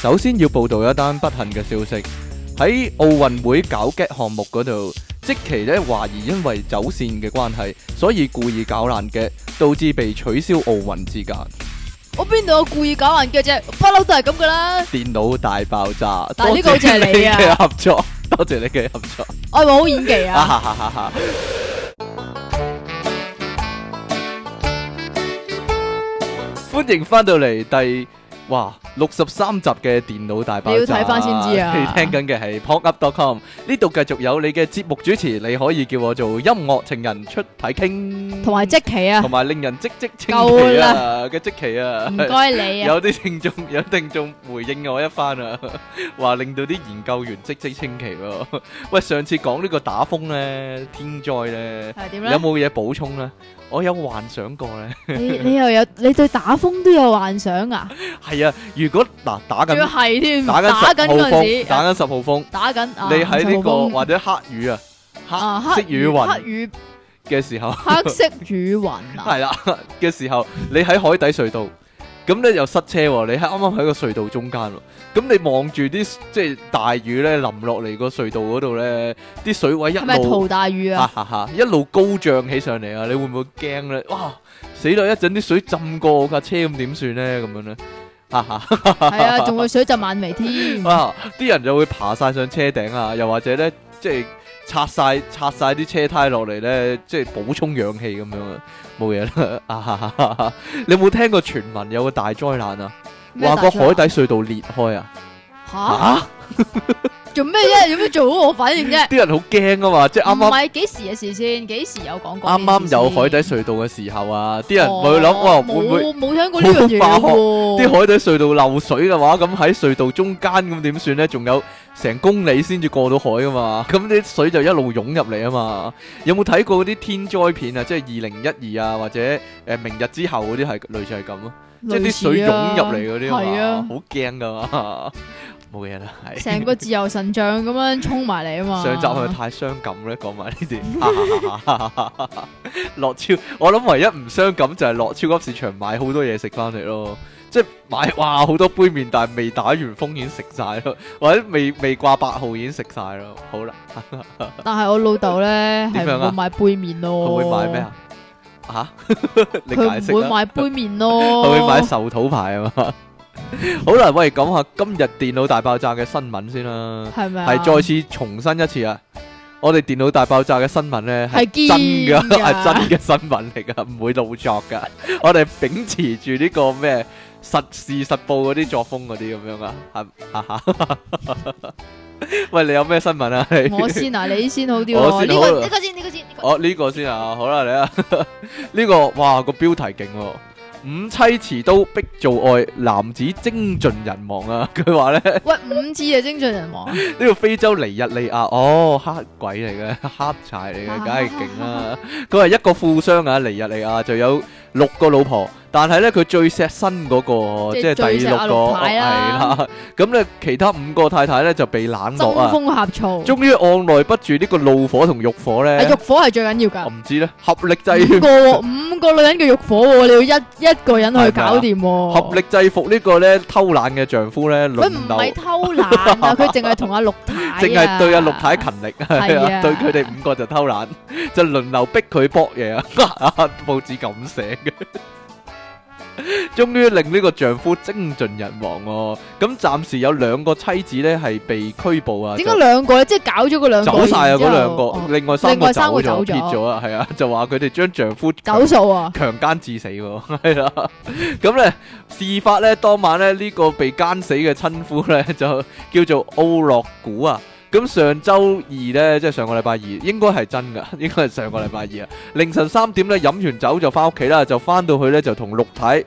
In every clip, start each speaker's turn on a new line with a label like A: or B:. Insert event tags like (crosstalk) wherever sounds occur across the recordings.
A: 首先要報道一單不幸嘅消息，喺奧運會搞 get 項目嗰度，即期咧懷疑因為走線嘅關係，所以故意搞爛嘅，導致被取消奧運資格。
B: 我邊度有故意搞人嘅啫，不嬲都係咁噶啦。
A: 電腦大爆炸，
B: 但係呢個
A: 多謝
B: 好似係你啊
A: 嘅合作，多謝你嘅合作。
B: 我係咪好
A: (laughs)
B: 演技
A: 啊
B: 啊？
A: 哈哈哈哈！歡迎翻到嚟第哇六十三集嘅電腦大爆炸，
B: 你要睇返先知啊
A: 你聽緊嘅係 pokup.com 呢度繼續有你嘅節目主持，你可以叫我做音樂情人出體傾，
B: 同埋即
A: (laughs)
B: 期啊
A: 同，埋令人嘖嘖稱
B: 夠
A: 奇
B: 啦
A: 啊嘅即期啊，
B: 唔該你啊。
A: 有啲聽眾 (laughs) 有聽眾回應我一番啊， (laughs) 話令到啲研究員嘖嘖稱奇喎。 (laughs) 喂，上次講呢個打風咧、天災咧，
B: 係點
A: 有
B: 咧？
A: 冇嘢補充咧？我有幻想過咧，
B: 你你又有你對打風都有幻想啊？
A: (laughs) 係啊，如果嗱打
B: 仲要
A: 緊
B: 係添，
A: 打緊
B: 打
A: 十
B: 緊
A: 號
B: 嗰陣
A: 風，
B: 時，
A: 打緊十號風，
B: 打緊啊！
A: 你喺呢個
B: 陳浩峰
A: 或者黑雨啊、
B: 啊
A: 黑色雨
B: 黑
A: 雲
B: 雨
A: 嘅時候，
B: 黑色雨雲啊！
A: (laughs) 係啦嘅時候，你喺海底隧道，咁咧又塞車喎，你喺啱啱喺個隧道中間喎，咁你望住啲即係大雨咧淋落嚟個隧道嗰度咧，啲水位一
B: 係咪
A: 路
B: 陶大宇
A: 哈 (laughs)
B: 啊？
A: 哈哈一路高漲起上嚟啊！你會唔會驚咧？哇！死啦！一陣啲水浸過我架車咁點算咧？咁樣咧，哈哈！
B: 係啊，仲會水浸
A: (laughs)
B: 眼眉添。
A: 哇！啊啲人就會爬晒上車頂啊，又或者咧，即係拆晒拆晒啲車胎落嚟咧，即係補充氧氣咁樣啊，冇嘢啦。 (laughs) 啊哈哈哈哈你有冇聽過傳聞有個大災難啊？
B: 咩
A: 話
B: 大
A: 個
B: 災難
A: 海底隧道裂開啊！
B: 吓
A: 嚇！
B: 做咩啫？有咩做好我反應啫？
A: 啲人好驚啊嘛，即係
B: 唔
A: 啱啱
B: 係幾時嘅事先？幾時有講過呢
A: 啱
B: 件事先？
A: 啱有海底隧道嘅時候啊，啲人咪會諗哇
B: 哦
A: 會唔會？
B: 冇冇聽過呢樣嘢
A: 好化學啲
B: 喎？
A: 海底隧道漏水嘅話，咁喺隧道中間咁點算呢？仲有成公里先至過到海噶嘛， (laughs) 咁啲水就一路湧入嚟啊嘛。有冇睇過嗰啲天災片啊？即係二零一二啊，或者誒、呃明日之後嗰啲係類似係咁咯，即係啲水湧入嚟嗰啲
B: 啊係
A: 啊
B: 啊
A: 嘛，， (laughs) 好驚噶嘛， (laughs) 冇嘢啦，係。
B: 成個自由神像咁樣衝埋嚟啊嘛！
A: 上集係咪太傷感咧？講埋呢 (laughs) 啲，落超，我諗唯一唔傷感就係落超級市場買好多嘢食翻嚟咯，即係買哇好多杯麵，但係未打完風已經食晒咯， (laughs) 或者未未掛八號已經食晒咯。好啦，
B: 但係我老豆咧係
A: 點樣啊
B: 唔會買杯麵咯。
A: 佢會買咩啊？ (laughs) 嚇，你解
B: 哦佢唔
A: 釋
B: 會
A: 啦。
B: 買杯麵
A: (laughs)
B: 咯。
A: 佢會
B: (laughs)
A: 買壽桃牌啊嘛。 (laughs) 好啦，喂，講下今日電腦大爆炸嘅新聞先啦。
B: 係咪啊？
A: 係再次重申一次啊！我哋電腦大爆炸嘅新聞呢，係
B: 係
A: 真
B: 堅
A: 噶，
B: 㗎
A: (laughs) 係真嘅新聞嚟噶，唔會老作噶。我哋秉持住呢個咩實事實報嗰啲作風嗰啲咁樣啊，係哈哈 (laughs) 喂，你有咩新聞啊？你 (laughs)
B: (laughs) 我先啊，你先好啲
A: 我
B: 喎。
A: 先
B: 呢
A: 好啦啊
B: 個呢個先，呢個先。呢個
A: 哦，呢個先啊，好啦，你啊， (laughs) 呢個哇個標題勁喎，五妻持刀逼做愛，男子精盡人亡啊！佢話呢。
B: 喂，五次嘅精盡
A: (laughs)
B: 人亡啊。
A: 呢個非洲尼日利亞，哦，黑鬼嚟嘅， (laughs) 黑柴嚟嘅，梗係勁啦！佢係一個富商啊，尼日利亞就有六個老婆，但係咧佢最錫身嗰、個，即
B: 即係
A: 係第
B: 最錫
A: 六個，
B: 阿六
A: 係
B: 太啦
A: 啦。 (laughs) 咁咧其他五個太太咧就被冷落
B: 爭
A: 啊，
B: 風呷醋。
A: 終於按耐不住呢個怒火同欲火
B: 啊
A: 咧
B: 欲，火係最緊要
A: 我
B: 㗎。
A: (laughs) 唔知咧，合力
B: 五
A: 制
B: 個喎五個女人嘅欲火喎，你要一一個人去搞掂喎。
A: 啊合力制服呢個咧偷懶嘅丈夫咧，輪
B: 佢唔係
A: 流
B: 偷懶
A: (laughs)
B: 啊，佢淨係同阿六太，啊
A: 淨係對阿六太。勤力， (laughs) 係
B: 係
A: 啊，
B: 啊
A: 對佢哋五個就偷懶，就輪流逼佢搏 (laughs) 嘢啊！報紙咁寫嘅，終於令呢個丈夫精盡人亡喎。咁暫時有兩個妻子咧係被拘捕啊，
B: 點解兩個咧？即係搞咗嗰兩個，
A: 走晒啊
B: 然之
A: 嗰
B: 後
A: 兩
B: 哦
A: 個，另外三
B: 另
A: 個
B: 外三
A: 走
B: 個
A: 咗
B: 走咗
A: 撇咗啊，係啊，就話佢哋將丈夫
B: 走
A: (laughs)
B: 數啊！
A: 強姦致死喎，係啦。咁咧事發咧當晚咧呢、個被奸死嘅親夫咧就叫做奧洛古啊。咁上周二咧，即係上個禮拜二，應該係真噶， (laughs) 應該係上個禮拜二啊。凌晨三點咧飲完酒就翻屋企啦，就翻到去咧就同陸太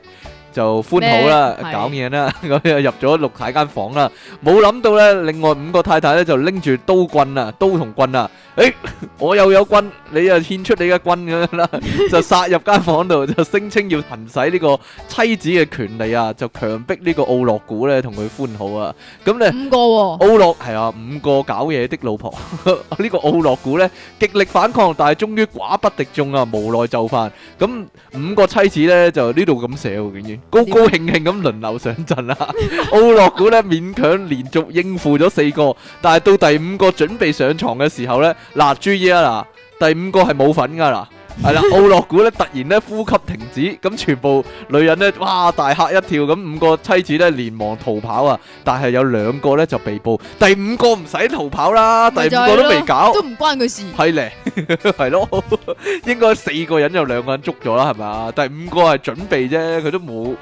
A: 就歡好啦，
B: 咩係
A: 搞嘢啦， (laughs) 咁又入咗陸太間房啦。冇諗到咧，另外五個太太咧就拎住刀棍啊，刀同棍啊，誒、我又有棍，你又獻出你嘅棍咁樣啦。 (laughs) 就殺入間房度，就聲稱要行使呢個妻子嘅權利啊，就強迫呢個奧洛古咧同佢歡好啊。咁咧，
B: 五個喎，
A: 奧洛係啊，五個搞嘢的老婆， (laughs) 呢個奧洛古咧極力反抗，但係終於寡不敵眾啊，無奈就範。咁五個妻子咧就呢度咁寫喎，竟然高高興興咁輪流上陣啦。 (laughs) 奧洛古咧勉強連續應付咗四個，但係到第五個準備上床嘅時候咧，嗱注意啊嗱，第五個係冇份噶啦。係
B: (laughs)
A: 啦，奧洛古咧突然咧呼吸停止，咁全部女人咧哇大嚇一跳，咁五個妻子咧連忙逃跑啊，但係有兩個咧就被捕，第五個唔使逃跑啦，第
B: 咪
A: 五
B: 就係
A: 個都
B: 咯
A: 未搞。
B: 都唔關佢事。
A: 系咧， (laughs) 系咯，應該四個人有兩個人捉咗啦，係嘛？第五個係準備啫，佢都冇，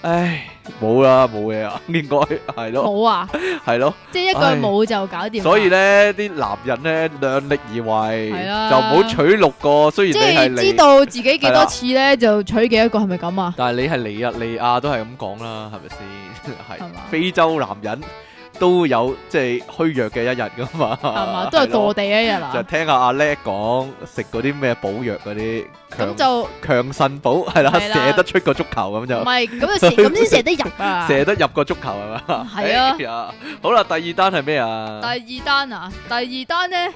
A: 唉，冇啦，冇嘢啊，應該係咯，
B: 冇啊，
A: 係咯，
B: 即係一句
A: 唉
B: 冇就搞掂啦。
A: 所以咧，啲男人咧量力而為，
B: 係啦
A: 就唔好取六個，雖
B: 即
A: 然
B: 係
A: 你係
B: 知
A: 利，
B: 道自己幾多次咧，就取幾多個，係咪咁啊？
A: 但係你係尼日利亞都係咁講啦，係咪先？ (laughs)
B: 係
A: 係
B: 嘛
A: 非洲男人都有即係虛弱嘅一日噶嘛，
B: 係嘛，都係
A: 啊係咯
B: 墮地一日
A: 就
B: 啊。
A: 聽下阿叻講食嗰啲咩補藥嗰啲
B: 咁
A: 強
B: 就唔
A: 強腎寶係啦，
B: 係啦
A: 射得出個足球咁就
B: 係咁
A: (laughs)
B: 就射，咁先射得入啊。
A: 射得入個足球係嘛？
B: 係啊
A: 哎呀好啦，第二單係咩啊？
B: 第二單啊，第二單咧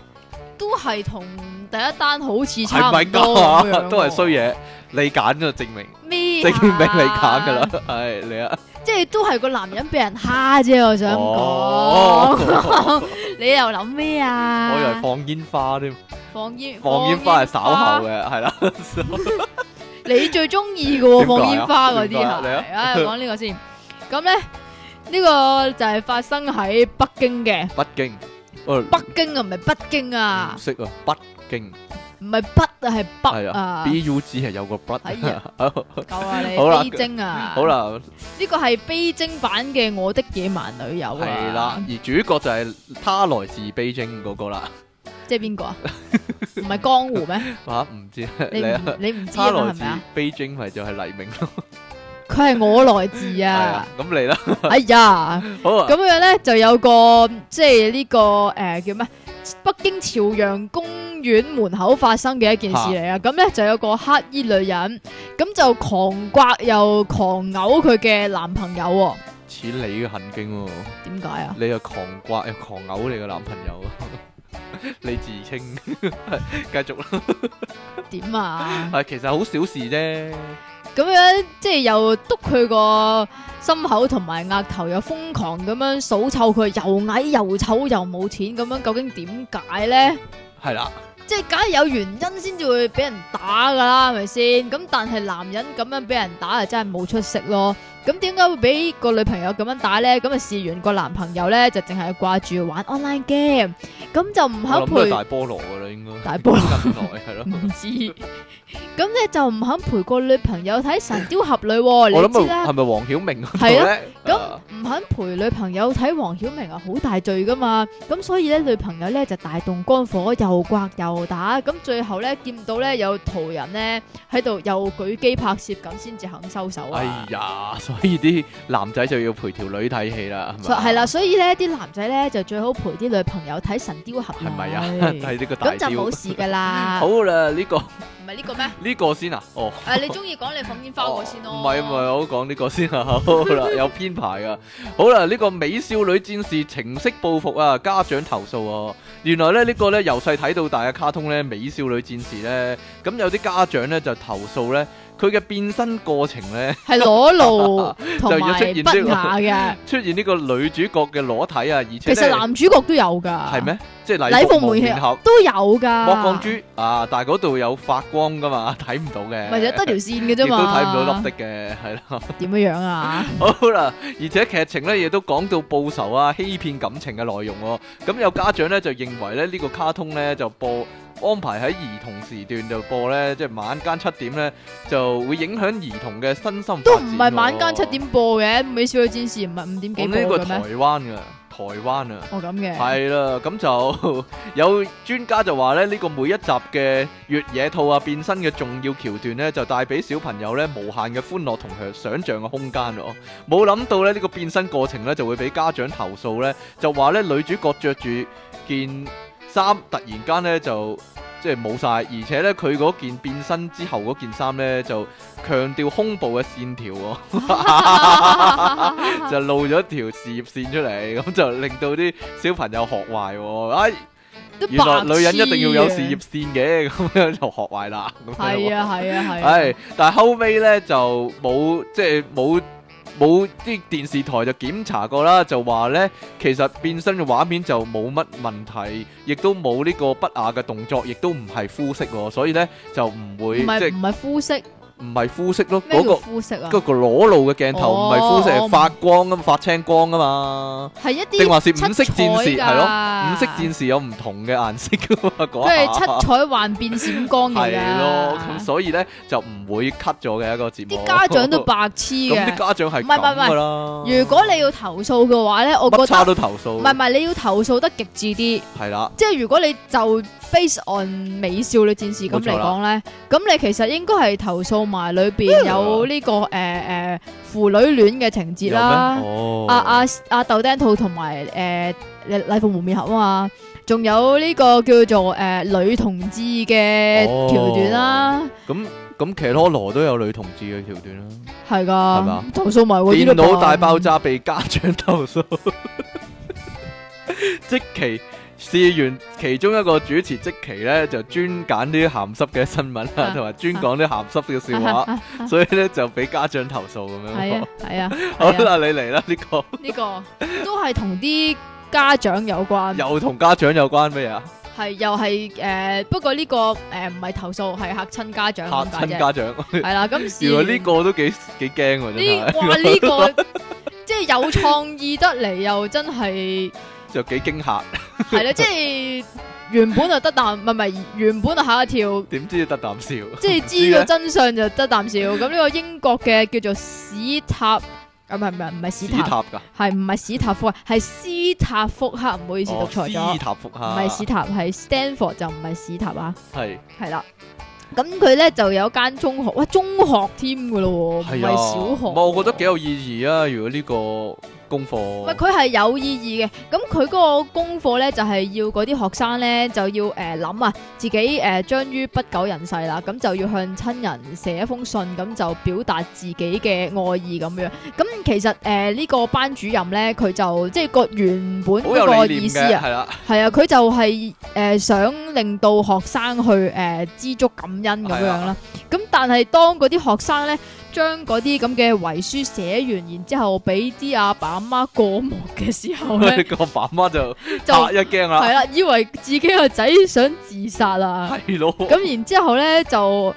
B: 都係同第一單好似差
A: 係
B: 唔
A: 咪
B: 多咁樣
A: 㗎？(laughs)
B: 喎
A: 都係衰嘢，你揀咗證明，
B: 咩啊？
A: 證明你揀㗎啦，
B: (laughs)
A: 係你啊，
B: 即係都係個男人俾人蝦啫，我想
A: 哦
B: (laughs) 講。你又諗咩啊？
A: 我以為放煙花添，
B: 放煙
A: 放煙花係稍後。嘅，係啦，
B: (laughs) 你最中意嘅喎
A: 點解啊
B: 放煙花嗰啲
A: 點解啊 (laughs)
B: 係
A: 你啊
B: 唉，講呢個先。咁咧呢個就係發生喺北京嘅，
A: 北京，哦
B: 北京啊唔係北京啊
A: 唔，識啊，北京
B: 唔係北啊係北
A: 係
B: 啊
A: 啊，，B U G 係有個北，
B: 哎呀夠啊
A: 好啦
B: 你北京啊，
A: (laughs) 好，啦。
B: 呢個係北京版嘅我的野蠻女友啊，
A: 系啦，，而主角就係他來自北京嗰個啦， (laughs)
B: 即係邊個啊？唔係江湖咩？
A: 吓唔知
B: 你
A: 你啊
B: 唔你唔知啊
A: 他
B: 嘛
A: 來
B: 係
A: 自
B: 咪啊？
A: 北京咪就係黎明咯，
B: 佢係我來自
A: 係
B: 啊
A: 啊，，咁嚟啦，
B: 哎呀！
A: 好啊，
B: 咁樣咧就有個即係呢、個誒、呃叫咩？北京朝陽公園門口發生嘅一件事嚟啊！咁咧就有個黑衣女人，咁就狂刮又狂嘔佢嘅男朋友喎、
A: 似你嘅行徑喎，
B: 點解啊？
A: 你又狂刮又狂嘔你嘅男朋友， (laughs) 你自稱， (laughs) 繼續啦，
B: 點啊？
A: 係其實好小事啫，
B: 咁樣即係又督佢個心口同埋額頭，又瘋狂咁樣數湊佢，又矮又醜又冇錢，咁樣究竟點解咧？
A: 係啦，
B: 即係梗係有原因先至會俾人打噶啦，係咪先？咁但係男人咁樣俾人打啊，真係冇出息咯。咁點解會俾個女朋友咁樣打呢？咁啊試完個男朋友呢，就淨係掛住玩 online game，咁就唔
A: 我
B: 肯
A: 諗都係
B: 陪
A: 大菠蘿噶啦，應該
B: 大菠
A: 蘿近來
B: (laughs)
A: 係咯，
B: 唔知。咁呢就唔肯陪個女朋友睇《神雕俠侶》喎，
A: 我
B: 你知
A: 諗啊
B: 啦。
A: 係咪黃曉明嗰度
B: 係啊
A: 咧？
B: 咁
A: 啊
B: 唔肯陪女朋友睇黃曉明啊，好大罪噶嘛。咁所以咧，女朋友咧就大動肝火，又刮又打。咁最後咧，見到咧有途人咧喺度又舉機拍攝，咁先至肯收手
A: 哎
B: 啊。
A: 呀，所以啲男仔就要陪條女睇戲啦，係
B: 所
A: 咪啊
B: 係啦，，所以咧啲男仔咧就最好陪啲女朋友睇《神雕俠侶》。
A: 係咪啊？ (laughs) 睇呢個大
B: 咁就
A: 雕
B: 冇事噶啦。
A: (laughs) 好啦，呢個
B: 唔係呢個咩？
A: 呢個先啊，哦，
B: 誒，你中意講你放煙
A: (laughs)
B: 花
A: 哦
B: 我先咯。
A: 唔係唔係，我講呢個先啊，好
B: (laughs)
A: 啦，有編排噶。好啦，呢個美少女戰士情色報復啊，家長投訴啊。原來咧呢個咧由細睇到大嘅卡通咧，美少女戰士咧，咁有啲家長咧就投訴咧，佢嘅變身過程咧
B: 係裸露
A: (laughs) 就
B: 同
A: 要
B: 埋
A: 出現呢個
B: 不雅嘅。
A: 出現呢個女主角嘅裸體啊，而且
B: 其實
A: 咧
B: 男主角都有㗎。
A: 係？咩？即係
B: 禮
A: 禮
B: 服
A: 服
B: 門
A: 門
B: 俠
A: 片盒。
B: 都有噶。
A: 莫降珠啊，但係嗰度有發光噶嘛， (laughs) 睇唔到嘅，
B: 咪就得條線嘅啫
A: 亦都
B: 嘛，
A: 睇唔到粒的嘅，係啦。
B: 點樣樣啊？
A: (laughs) 好啦，而且劇情咧亦都講到報仇啊、欺騙感情嘅內容喎、咁有家長咧就認為咧呢、呢個卡通咧就播安排喺兒童時段就播咧，即係晚間七點咧就會影響兒童嘅身心發展喎
B: 都唔係晚間七。點播嘅，美少女戰士唔係五點幾
A: 咁
B: 播
A: 呢個
B: 嘅
A: 台
B: 咩？
A: 灣嘅，台灣啊。
B: 哦咁嘅，
A: 係啦，咁就 (laughs) 有專家就話咧，呢、個每一集嘅越野兔啊變身嘅重要橋段呢，就帶俾小朋友呢無限嘅歡樂同佢想像嘅空間咯。冇諗到咧呢、個變身過程呢，就會俾家長投訴呢，就話呢女主角着住件衫，突然間呢就即係冇晒，而且呢，佢嗰件變身之後嗰件衫呢，就強調胸部嘅線條喎、 (laughs) 就露咗條事業線出嚟，咁就令到啲小朋友學壞喎、哎
B: 都
A: 原來女人一定要有
B: 白
A: 事
B: 啊痴
A: 業線嘅，咁樣就學壞啦。咁樣
B: 嘅。系啊係啊係啊。
A: 系，但系后尾咧就冇即系冇冇啲電視台就檢查過啦，就話咧其實變身嘅畫面就冇乜問題，亦都冇呢個不雅嘅動作，亦都唔係膚色喎，所以咧就唔會
B: 唔係
A: 即
B: 唔
A: 系
B: 係膚色，
A: 唔係膚色咯，
B: 咩
A: 嗰、個
B: 叫膚色啊？
A: 嗰個裸露嘅鏡頭唔係膚色，
B: 哦
A: 係發光咁發青光啊嘛，
B: 係一啲
A: 定話是
B: 七
A: 五色戰士
B: 彩
A: 係
B: 㗎
A: 咯，五色戰士有唔同嘅顏色噶嘛，嗰
B: 佢係
A: 下
B: 七彩幻變閃光嚟㗎。
A: 係咯，咁所以咧就唔會 cut 咗嘅一個節目。
B: 啲家長都白痴
A: 咁啲
B: 嘅。
A: 家長係
B: 唔係唔係
A: 咁
B: 唔係
A: 噶啦。
B: 如果你要投訴嘅話咧，我
A: 乜
B: 覺
A: 差
B: 得
A: 都投訴，
B: 唔係唔係，你要投訴得極致啲。
A: 係啦，
B: 即係如果你就 base on 美少女戰士咁
A: 冇
B: 嚟
A: 錯啦
B: 講咧，咁你其實應該係投訴埋裏
A: 嗯
B: 邊有呢、個誒誒、呃呃父女戀嘅情節
A: 有咩？
B: 啦。
A: 哦，
B: 阿阿阿豆丁兔同埋誒禮禮服蒙面俠啊嘛，仲有呢個叫做誒、呃女同志嘅
A: 哦
B: 橋段啦，
A: 咁咁騎羅羅都有女同志嘅橋段啦。
B: 係
A: 係
B: 噶
A: 嘛，
B: 投訴埋喎
A: 電
B: 呢
A: 腦
B: 度
A: 大爆，炸被家長投訴， (laughs) 即期試完其中一個主持即期咧，就專揀啲鹹濕嘅新聞
B: 啊
A: 啦，同埋專講啲鹹濕嘅笑話，所以咧就俾家長投訴咁
B: 係
A: (laughs)
B: 啊
A: 樣。
B: 係啊，
A: 好
B: 係啊
A: 啦，你嚟啦，呢個
B: 呢個都係同啲家長有關，
A: 又同家長有關咩啊？
B: 係又係誒、呃不過呢、個誒唔係投訴，係嚇親家長
A: 嚇
B: 咁解
A: 親
B: 啫，
A: 家長。
B: 係啦，咁事
A: 原來呢個都幾幾驚喎，真
B: 呢
A: 係
B: 哇呢、
A: (laughs)
B: 個即係有創意得嚟，又真係。
A: 就幾驚嚇。
B: 系啦，即系原本就得啖，唔系唔系，原本就吓一跳，
A: 點知得啖笑？
B: 即系知道真相就得啖笑。咁呢個英國嘅叫做史塔，啊唔係唔係唔系
A: 史
B: 史塔，
A: 塔㗎，
B: 係唔係史塔福啊？係斯塔福克，唔好意思讀
A: 哦，
B: 錯咗
A: 斯，塔福
B: 唔
A: 哈，
B: 係史塔，係 Stanford 就唔係史塔啊，
A: 係
B: 係啦。咁佢咧就有間中學，哇中學添噶咯，唔係
A: 係啊，
B: 小學
A: 唔係
B: 喎。
A: 我覺得幾有意義啊！如果呢個功
B: 唔
A: 課，
B: 係佢係有意義嘅，咁佢嗰個功課咧就係、要嗰啲學生咧就要誒諗、啊，自己誒、呃、將於不久人世啦，咁就要向親人寫一封信，咁就表達自己嘅愛意咁樣。咁其實誒呢、個班主任咧，佢就即係個原本
A: 好
B: 嗰個
A: 有理
B: 意
A: 念
B: 思
A: 嘅，
B: 啊，
A: 係啦，
B: 係啊，佢就係、呃想令到學生去誒、呃知足感恩咁樣
A: 啊
B: 啦。咁但係當嗰啲學生咧將嗰啲咁嘅遺書寫完，然之後俾啲阿爸阿媽過目嘅時候
A: (laughs)
B: 咧，
A: 個爸媽就
B: 就
A: 嚇一驚
B: 係啊
A: 啦，
B: 啦，以為自己個仔想自殺啦。
A: 係咯，
B: 咁然之後咧就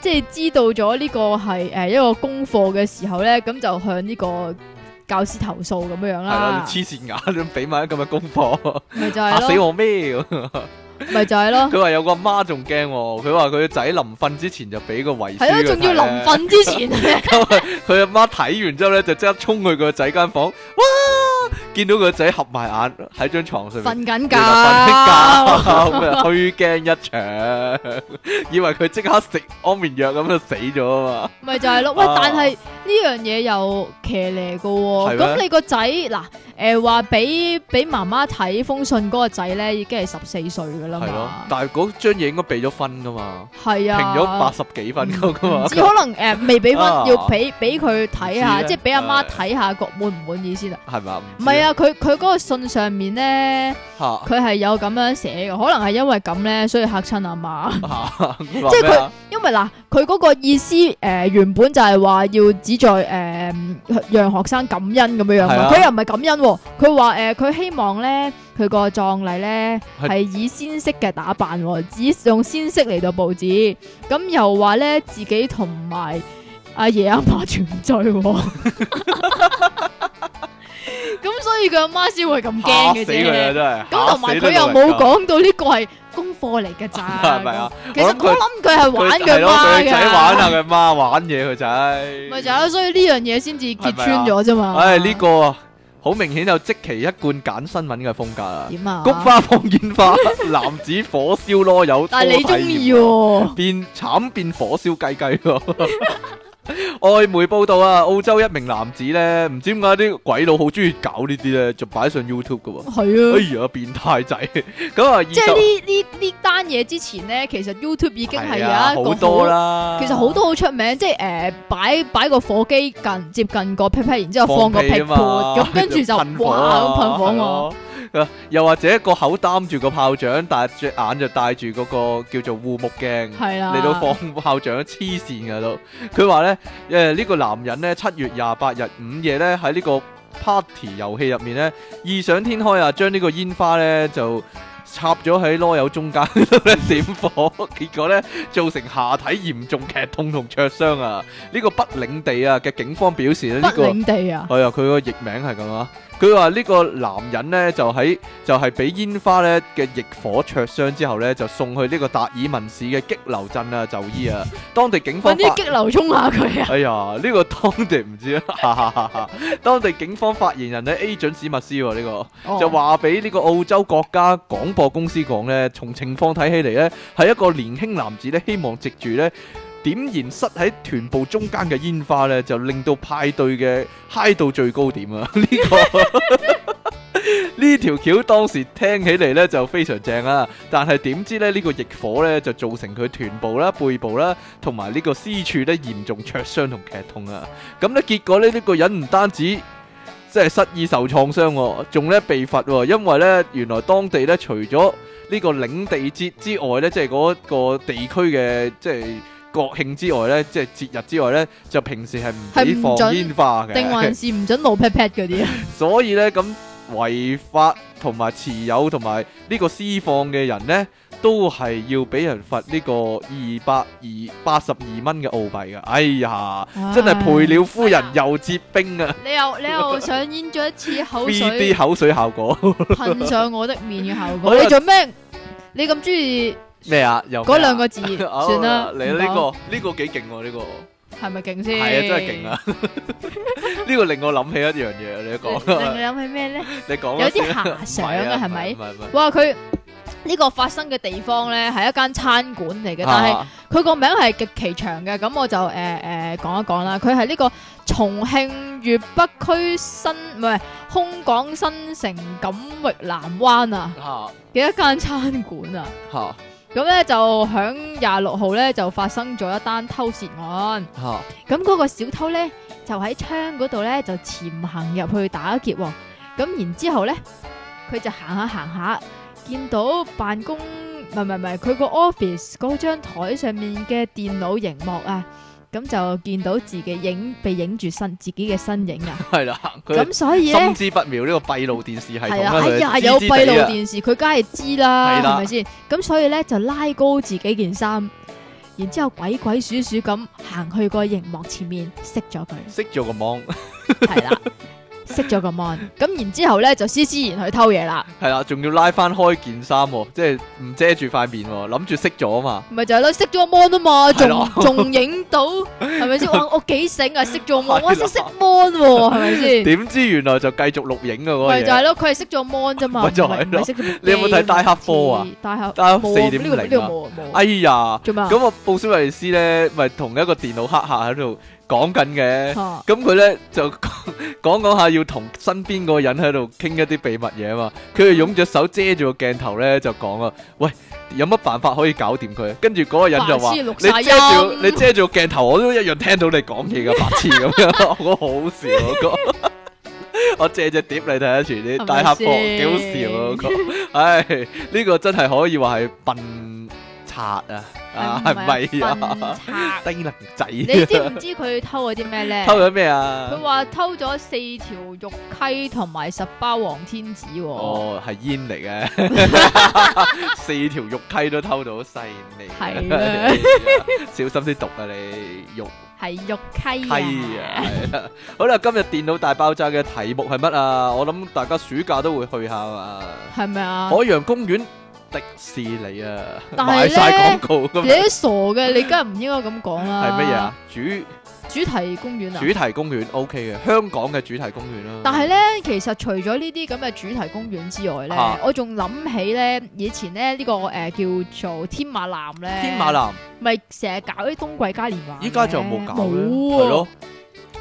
B: 即係知道咗呢個係誒一個功課嘅時候咧，咁就向呢個教師投訴咁樣樣
A: 係
B: 啦
A: 啦，，黐線眼，俾埋咁嘅功課，
B: 咪就
A: 嚇
B: 啊係
A: 死
B: 咯，
A: 我咩 (laughs) 咁？
B: 咪就係咯。
A: 佢話有個阿媽仲驚喎，佢話佢個仔臨瞓之前就俾個遺書
B: 係咯，啊
A: 佢啊
B: 仲要
A: 睇咧啊
B: 臨瞓之前咧，
A: 佢阿媽睇完之後咧，就即刻衝去佢個仔間房，哇！見到佢個仔合埋眼喺張床上面
B: 瞓緊
A: 原
B: 覺， (laughs)
A: (laughs) 來瞓緊覺，咁啊虛驚一場，以為佢即刻食安眠藥咁就死咗啊
B: 咪就係咯。喂
A: 啊，
B: 但係呢樣嘢又騎呢噶喎。
A: 係咩
B: 咁你個仔嗱，誒話俾俾媽媽睇封信嗰個仔咧，已經係十四歲噶啦
A: 嘛，係咯
B: 嘛。。
A: 但係嗰張嘢應該俾咗分噶嘛，
B: 係
A: 評
B: 啊，
A: 咗八十幾分噶嘛
B: (laughs) 唔，知可能誒未俾分
A: 啊，
B: 要俾俾佢睇
A: 唔
B: 下，
A: 知咧
B: 即係俾阿媽
A: 係
B: 睇下個滿唔滿意先啊。
A: 係咪啊？
B: 唔係啊，佢佢嗰個信上面咧，
A: 嚇，
B: 佢係有咁樣寫嘅，可能係因為咁咧，所以嚇親阿媽。
A: 嚇
B: 即係
A: 係佢
B: 因為嗱，佢嗰個意思誒、呃原本就係話要旨在誒、呃、讓學生感恩咁樣樣
A: 係
B: 嘛，
A: 啊
B: 佢、又唔係感恩喎、佢話誒佢希望咧佢個葬禮咧
A: 係
B: 係以鮮色嘅打扮、喎，只用鮮色嚟到佈置，咁又話咧自己同埋阿爺阿嫲團聚、喎。咁所以佢阿媽先會咁驚
A: 嚇
B: 嘅
A: 死佢啊！
B: 啫。
A: 真係
B: 咁同埋佢又冇。講到呢個係功課嚟嘅咋，
A: (laughs) 係咪啊？
B: 其實
A: 我諗佢
B: 我諗佢係玩
A: 佢係
B: 佢
A: 咯
B: 媽
A: 佢
B: 嘅，
A: 仔玩下佢媽玩嘢，佢仔
B: 咪就係咯，所以呢樣嘢先至揭穿咗啫嘛。
A: 唉，呢個啊，好明顯就即其一貫揀新聞嘅風格啊！
B: 點啊？
A: 菊，花放煙花，男子火燒啰柚，
B: 但係你中意
A: 喎，
B: 喎，
A: 變慘變火燒雞雞喎。 (laughs) 外媒報道啊，澳洲一名男子咧，唔知點解啲鬼佬好中意搞呢啲咧，就擺上 YouTube 噶喎。
B: 係啊。
A: 哎呀，變態仔！ (laughs) 咁啊，二
B: 即係
A: 十
B: 呢呢呢單嘢之前咧，其實 YouTube 已經係
A: 係啊
B: 有一個
A: 好多。啦，
B: 其實好多好出名，即係誒擺擺個火機近接近個 pat pat，然之後放個
A: 屁 (laughs)
B: 屁
A: 啊
B: 盤，
A: 嘛
B: 咁跟住就
A: 噴火
B: 哇
A: 啊
B: 咁噴火
A: 係
B: 我。
A: 咯又或者個口擔住個炮仗，但係隻眼就戴住嗰個叫做護目鏡。
B: 係啊啦，
A: 嚟到放炮仗黐線噶都。佢話呢，誒、呢、個男人呢，七月廿八日午夜呢，喺呢個 party 遊戲入面呢，異想天開啊，將呢個煙花呢就插咗喺籮柚中間 (laughs) 嗰度呢點火，結果呢，造成下體嚴重劇痛同灼傷啊！呢、個北領地啊嘅警方表示呢，呢、
B: 北
A: 個
B: 領地啊，
A: 係啊，佢個譯名係咁啊。佢話呢個男人呢，就喺就係俾煙花咧嘅熱火灼傷之後呢，就送去呢個達爾文市嘅激流鎮啊就醫啊。當地警
B: 搵
A: 方
B: 啲
A: 發
B: 激流衝下佢啊！
A: (laughs) 哎呀，呢、個當地唔知啊，當地警方發言人呢 A 準史密斯喎、呢、個。
B: 哦
A: 就話俾呢個澳洲國家廣播公司講呢，從情況睇起嚟呢，係一個年輕男子呢，希望藉住呢點燃塞喺臀部中間嘅煙花呢，就令到派對嘅嗨到最高點啊！呢、個呢條橋當時聽起嚟呢就非常正啊，但係點知呢，呢、個逆火呢，就造成佢臀部啦、背部啦，同埋呢個私處呢嚴重灼傷同劇痛啊！咁呢結果呢，呢、個人唔單止即係失意受創傷、喎，仲咧被罰、喎，因為咧原來當地咧除咗呢個領地節之外咧，即係嗰個地區嘅即係國慶之外咧，即係節日之外咧，就平時係唔俾
B: 係唔
A: 放
B: 准
A: 煙花
B: 定
A: 嘅，
B: 還是唔准露 pat pat 嗰啲啊？
A: 所以咧咁違法同埋持有同埋呢個私放嘅人咧，都係要俾人罰呢個二百二八十二蚊嘅澳幣嘅。哎呀，真
B: À.
A: 係賠了夫人又折兵啊！
B: 你又你又上演咗一次口
A: B
B: 水
A: D 口水效
B: (laughs)
A: 果
B: 噴上我的面嘅效
A: 好
B: 果。
A: 啦
B: 你做咩？你咁中意
A: 咩啊？又咩
B: 嗰
A: 啊
B: 兩
A: (laughs)
B: 個字，
A: 哦
B: 算啦。
A: 你呢個呢個幾勁喎？呢個
B: 係咪勁先？
A: 係啊，真係勁！
B: (laughs)
A: 啊！呢個令我諗起一樣嘢，你 (laughs) 講啊啦，
B: 令 (laughs) 你諗起咩咧？
A: 你講啦
B: 有啲
A: 先啦
B: 遐
A: 唔
B: 想
A: 係
B: 啊，
A: 啊
B: 係咪
A: 唔？係唔係，
B: 哇！佢呢個發生嘅地方咧，係一間餐館嚟嘅，但係
A: 啊
B: 佢個名係極其長嘅，咁我就誒誒講一講啦。佢係呢個重慶粵北區新唔係空港新城錦域南灣啊
A: 嚇
B: 嘅一間餐館啊。
A: 嚇
B: 咁咧就響廿六號咧就發生咗一單偷竊案，
A: 嚇
B: 咁嗰個小偷咧就喺窗嗰度咧就潛行入去打劫喎，咁然之後咧佢就行下行下，見到辦公唔係唔係唔係佢個 office 嗰張台上面嘅電腦熒幕啊，咁就見到自己影被影住身自己嘅身影啊，
A: 係啦，佢
B: 咁所以咧
A: 心。知不妙呢個閉路電視系統
B: 係
A: 啦，
B: 啊，哎
A: 佢
B: 呀，
A: 知
B: 有
A: 知
B: 閉路
A: 地啊
B: 電視，佢梗係知啦，
A: 係啦
B: 係咪先？咁所以咧就拉高自己件衫，然之後鬼鬼祟祟咁行去個熒幕前面，熄
A: (laughs)
B: 咗佢，
A: 熄咗個網，
B: 係啦，熄咗個 mon，咁然之後咧就斯斯然去偷嘢啦，
A: 係啦，仲要拉翻開件衫喎，即係唔遮住塊面喎，諗住熄咗啊嘛，
B: 咪就係咯，熄咗個 mon 啊嘛，
A: 係咯
B: 仲仲影到，係咪先？我我幾醒啊，熄咗個 mon，我
A: 係啦
B: 熄熄 mon 喎，係
A: (laughs)
B: 咪先？
A: 點知原來就繼續錄影啊嗰個
B: 嗯咪就係
A: 嘢，
B: 咯，佢係熄咗 mon 啫嘛，
A: 咪
B: 唔
A: 就係
B: 係唔
A: 咯
B: 係熄咗部
A: 你有冇睇
B: game
A: 大黑科啊
B: 黐？大黑
A: 得
B: 冇
A: 四
B: 啊
A: 點
B: 呢個呢個
A: 零啊，
B: 冇啊冇啊，
A: 哎呀！
B: 做咩啊
A: 咁我布斯維斯咧，咪同一個電腦黑客喺度講緊嘅。
B: 啊？
A: 咁佢咧就講講下要同身邊嗰個人喺度傾一啲秘密嘢啊嘛。佢就用隻手遮住個鏡頭咧，就講啊，喂，有乜辦法可以搞掂佢？跟住嗰個人就話：
B: 白痴
A: 你
B: 錄晒
A: 遮住
B: 音
A: 你遮住個鏡頭，我都一樣聽到你講嘢嘅白痴咁樣。我覺得好好笑嗰個。
B: (laughs)
A: 我借隻碟你睇下全啲大黑波幾好笑啊！嗰個，
B: (laughs)
A: 唉，呢個真係可以話係笨賊啊！啊，係咪啊？
B: 嗯啊？
A: 低能仔，
B: 你知唔知佢偷咗啲咩咧？
A: (laughs) 偷咗咩啊？
B: 佢話偷咗四條玉溪同埋十包黃天子喎、
A: 哦，係煙嚟
B: (laughs)
A: 嘅，四條玉溪都偷到，犀利！啊
B: 係啦
A: (laughs) 小心啲毒啊你玉
B: 係玉
A: 溪
B: 溪
A: 啊！
B: 啊！
A: 係啦好啦，今日電腦大爆炸嘅題目係乜啊？我諗大家暑假都會去下嘛，
B: 係咪啊？
A: 海洋公園、迪士尼啊，
B: 但
A: 賣
B: 係
A: 晒
B: 呢
A: 廣告
B: 你
A: 咁。
B: 都傻嘅，你梗係唔應該咁講啦。
A: 係乜嘢啊？？主
B: 主題公園啊！
A: 主題公園 O K 嘅，香港嘅主題公園啦。
B: 但係咧，其實除咗呢啲咁嘅主題公園之外咧，
A: 啊
B: 我仲諗起咧，以前咧呢、呢個誒、呃叫做天馬南咧，
A: 天馬南
B: 咪成日搞啲冬季嘉年華嘅，
A: 依家就冇搞咧，
B: 冇
A: 係
B: 啊
A: 咯，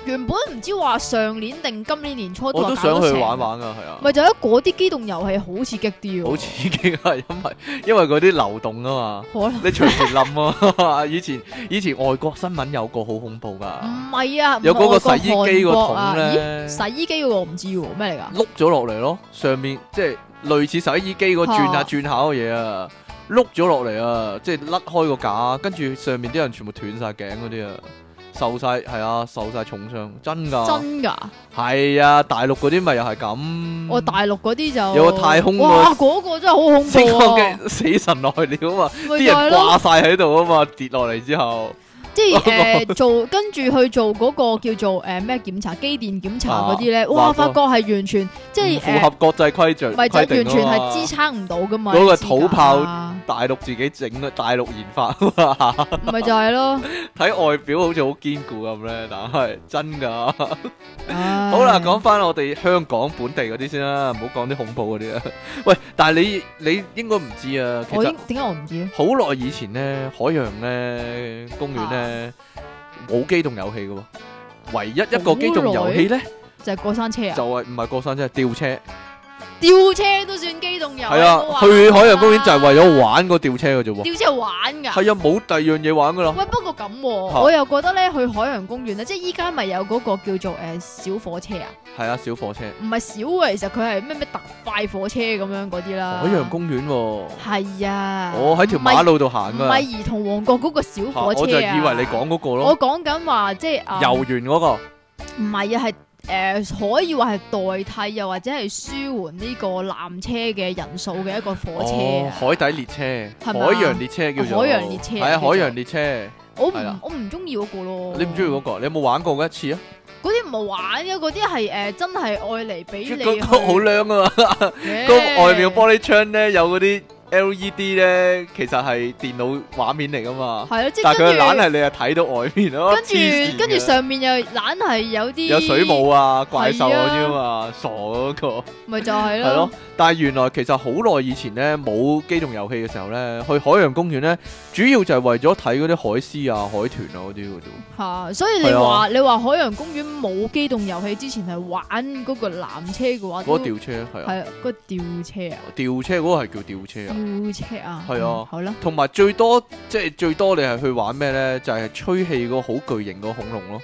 B: 原本唔知話上年定今年年初
A: 我都
B: 話搞
A: 想
B: 得
A: 去
B: 成
A: 玩，玩噶，係啊。
B: 咪就係嗰啲機動遊戲好刺激啲喎，
A: 好刺激啊！因為因為嗰啲流動啊嘛，
B: 可能
A: 你隨時冧啊！ (laughs) 以前以前外國新聞有個好恐怖
B: 唔
A: 噶，
B: 係
A: (laughs)
B: 啊，
A: 有嗰個
B: 個啊
A: 洗衣機個
B: 個
A: 桶咧啊
B: 洗衣機嗰個我唔知喎咩嚟㗎？
A: 碌咗落嚟咯，上面即係類似洗衣機個轉下
B: 啊
A: 轉下嘅嘢啊，碌咗落嚟啊，即係甩開個架，跟住上面啲人全部斷晒頸嗰啲啊，受晒係啊，受晒重傷，真㗎，
B: 真噶，
A: 係啊，大陸嗰啲咪又係咁，
B: 我大陸嗰啲就
A: 有個太空個
B: 哇，嗰個真係
A: 星
B: 好
A: 光
B: 恐怖啊！
A: 嘅死神來了啊嘛，
B: 咪
A: 啲
B: 就係
A: 人
B: 咯，
A: 掛晒喺度啊嘛，跌落嚟之後，
B: 即係诶做跟住去做嗰個叫做诶咩檢查機電檢查嗰啲咧，
A: 啊
B: 哇！
A: 話
B: 發
A: 過
B: 覺係完全即
A: 唔
B: 係
A: 符
B: 诶
A: 合，國際規矩，
B: 咪就
A: 規
B: 係
A: 定
B: 完全
A: 啊嘛
B: 係支撐唔到噶嘛。
A: 嗰個
B: 啲指甲
A: 土炮
B: 啊
A: 大陸自己整嘅，大陸研發。
B: 咪就係咯。
A: 睇外表好似好堅固咁咧，但係真㗎。好
B: 好
A: 啦，講翻我哋香港本地嗰啲先啦，唔好講啲恐怖嗰啲啊。喂，但係你你應該唔知啊，其
B: 我
A: 實
B: 應點解我唔知咧？
A: 好耐以前咧，海洋咧公園咧
B: 啊
A: 冇機動遊戲嘅喎，唯一一個機動遊戲咧
B: 就係過山車啊
A: 就，係唔係過山車，係吊車。
B: 吊車都算機動遊戲
A: 係啊，去海洋公園就係為咗玩個吊車嘅啫喎。
B: 吊車玩㗎。
A: 係啊，冇第二樣嘢玩㗎啦。
B: 喂，不過咁喎、
A: 嚇
B: 我又覺得咧去海洋公園咧，即係依家咪有嗰個叫做誒、呃小火車啊，
A: 係啊，小火車，
B: 唔係小嘅，其實佢係咩咩特快火車咁樣嗰啲啦。
A: 海洋公園喎。
B: 係啊，
A: 我喺條
B: 唔係
A: 馬路度行
B: 唔
A: 㗎。
B: 係兒童王國嗰個小
A: 嚇
B: 火車、啊、
A: 我就以為你講嗰個咯
B: 我，講緊話即係啊，
A: 遊園嗰個
B: 唔係啊，係誒、呃可以話係代替又或者係舒緩呢個纜車嘅人數嘅一個火車
A: 哦
B: 啊。
A: 海底列車、
B: 係咪啊
A: 海洋列車叫做
B: 海洋列車
A: 係
B: 啊
A: 啊，
B: 叫做
A: 海洋列車，
B: 我
A: 哦係啦
B: 唔我唔中意嗰個咯。
A: 你唔中意嗰
B: 哦
A: 個？你有冇玩過一次啊？
B: 嗰啲唔係玩嘅，嗰啲係誒真係愛嚟
A: (laughs)
B: 俾
A: 嗰
B: 你
A: 嗰個好
B: 去
A: 靚啊嘛，嗰個外面嘅玻璃窗咧有嗰啲 LED 咧，其實係電腦畫面嚟噶嘛，
B: 係咯，即
A: 但
B: 係
A: 係佢懶
B: 跟
A: 係你係睇到外面咯，黐
B: 住
A: 線
B: 跟住跟住
A: 嘅
B: 上面又懶係有啲
A: 有水，母啊、怪獸
B: 係
A: 嗰
B: 啊
A: 啲啊嘛，傻嗰個。
B: 咪就係
A: 係咯
B: 咯，，
A: 但係原來其實好耐以前咧冇機動遊戲嘅時候咧，去海洋公園咧，主要就係為咗睇嗰啲海獅啊、海豚啊嗰啲嘅啫。
B: 嚇！所以你
A: 係啊
B: 話你話海洋公園冇機動遊戲之前係玩嗰個纜車嘅話，
A: 嗰個
B: 都
A: 吊車係啊，
B: 係啊，嗰個吊車啊，
A: 吊車嗰個係叫吊車啊。
B: 吊車啊，
A: 係啊
B: 嗯好啦，
A: 同埋最多即係最多你係去玩咩咧？就係、吹氣嗰個好巨型嗰個恐龍咯。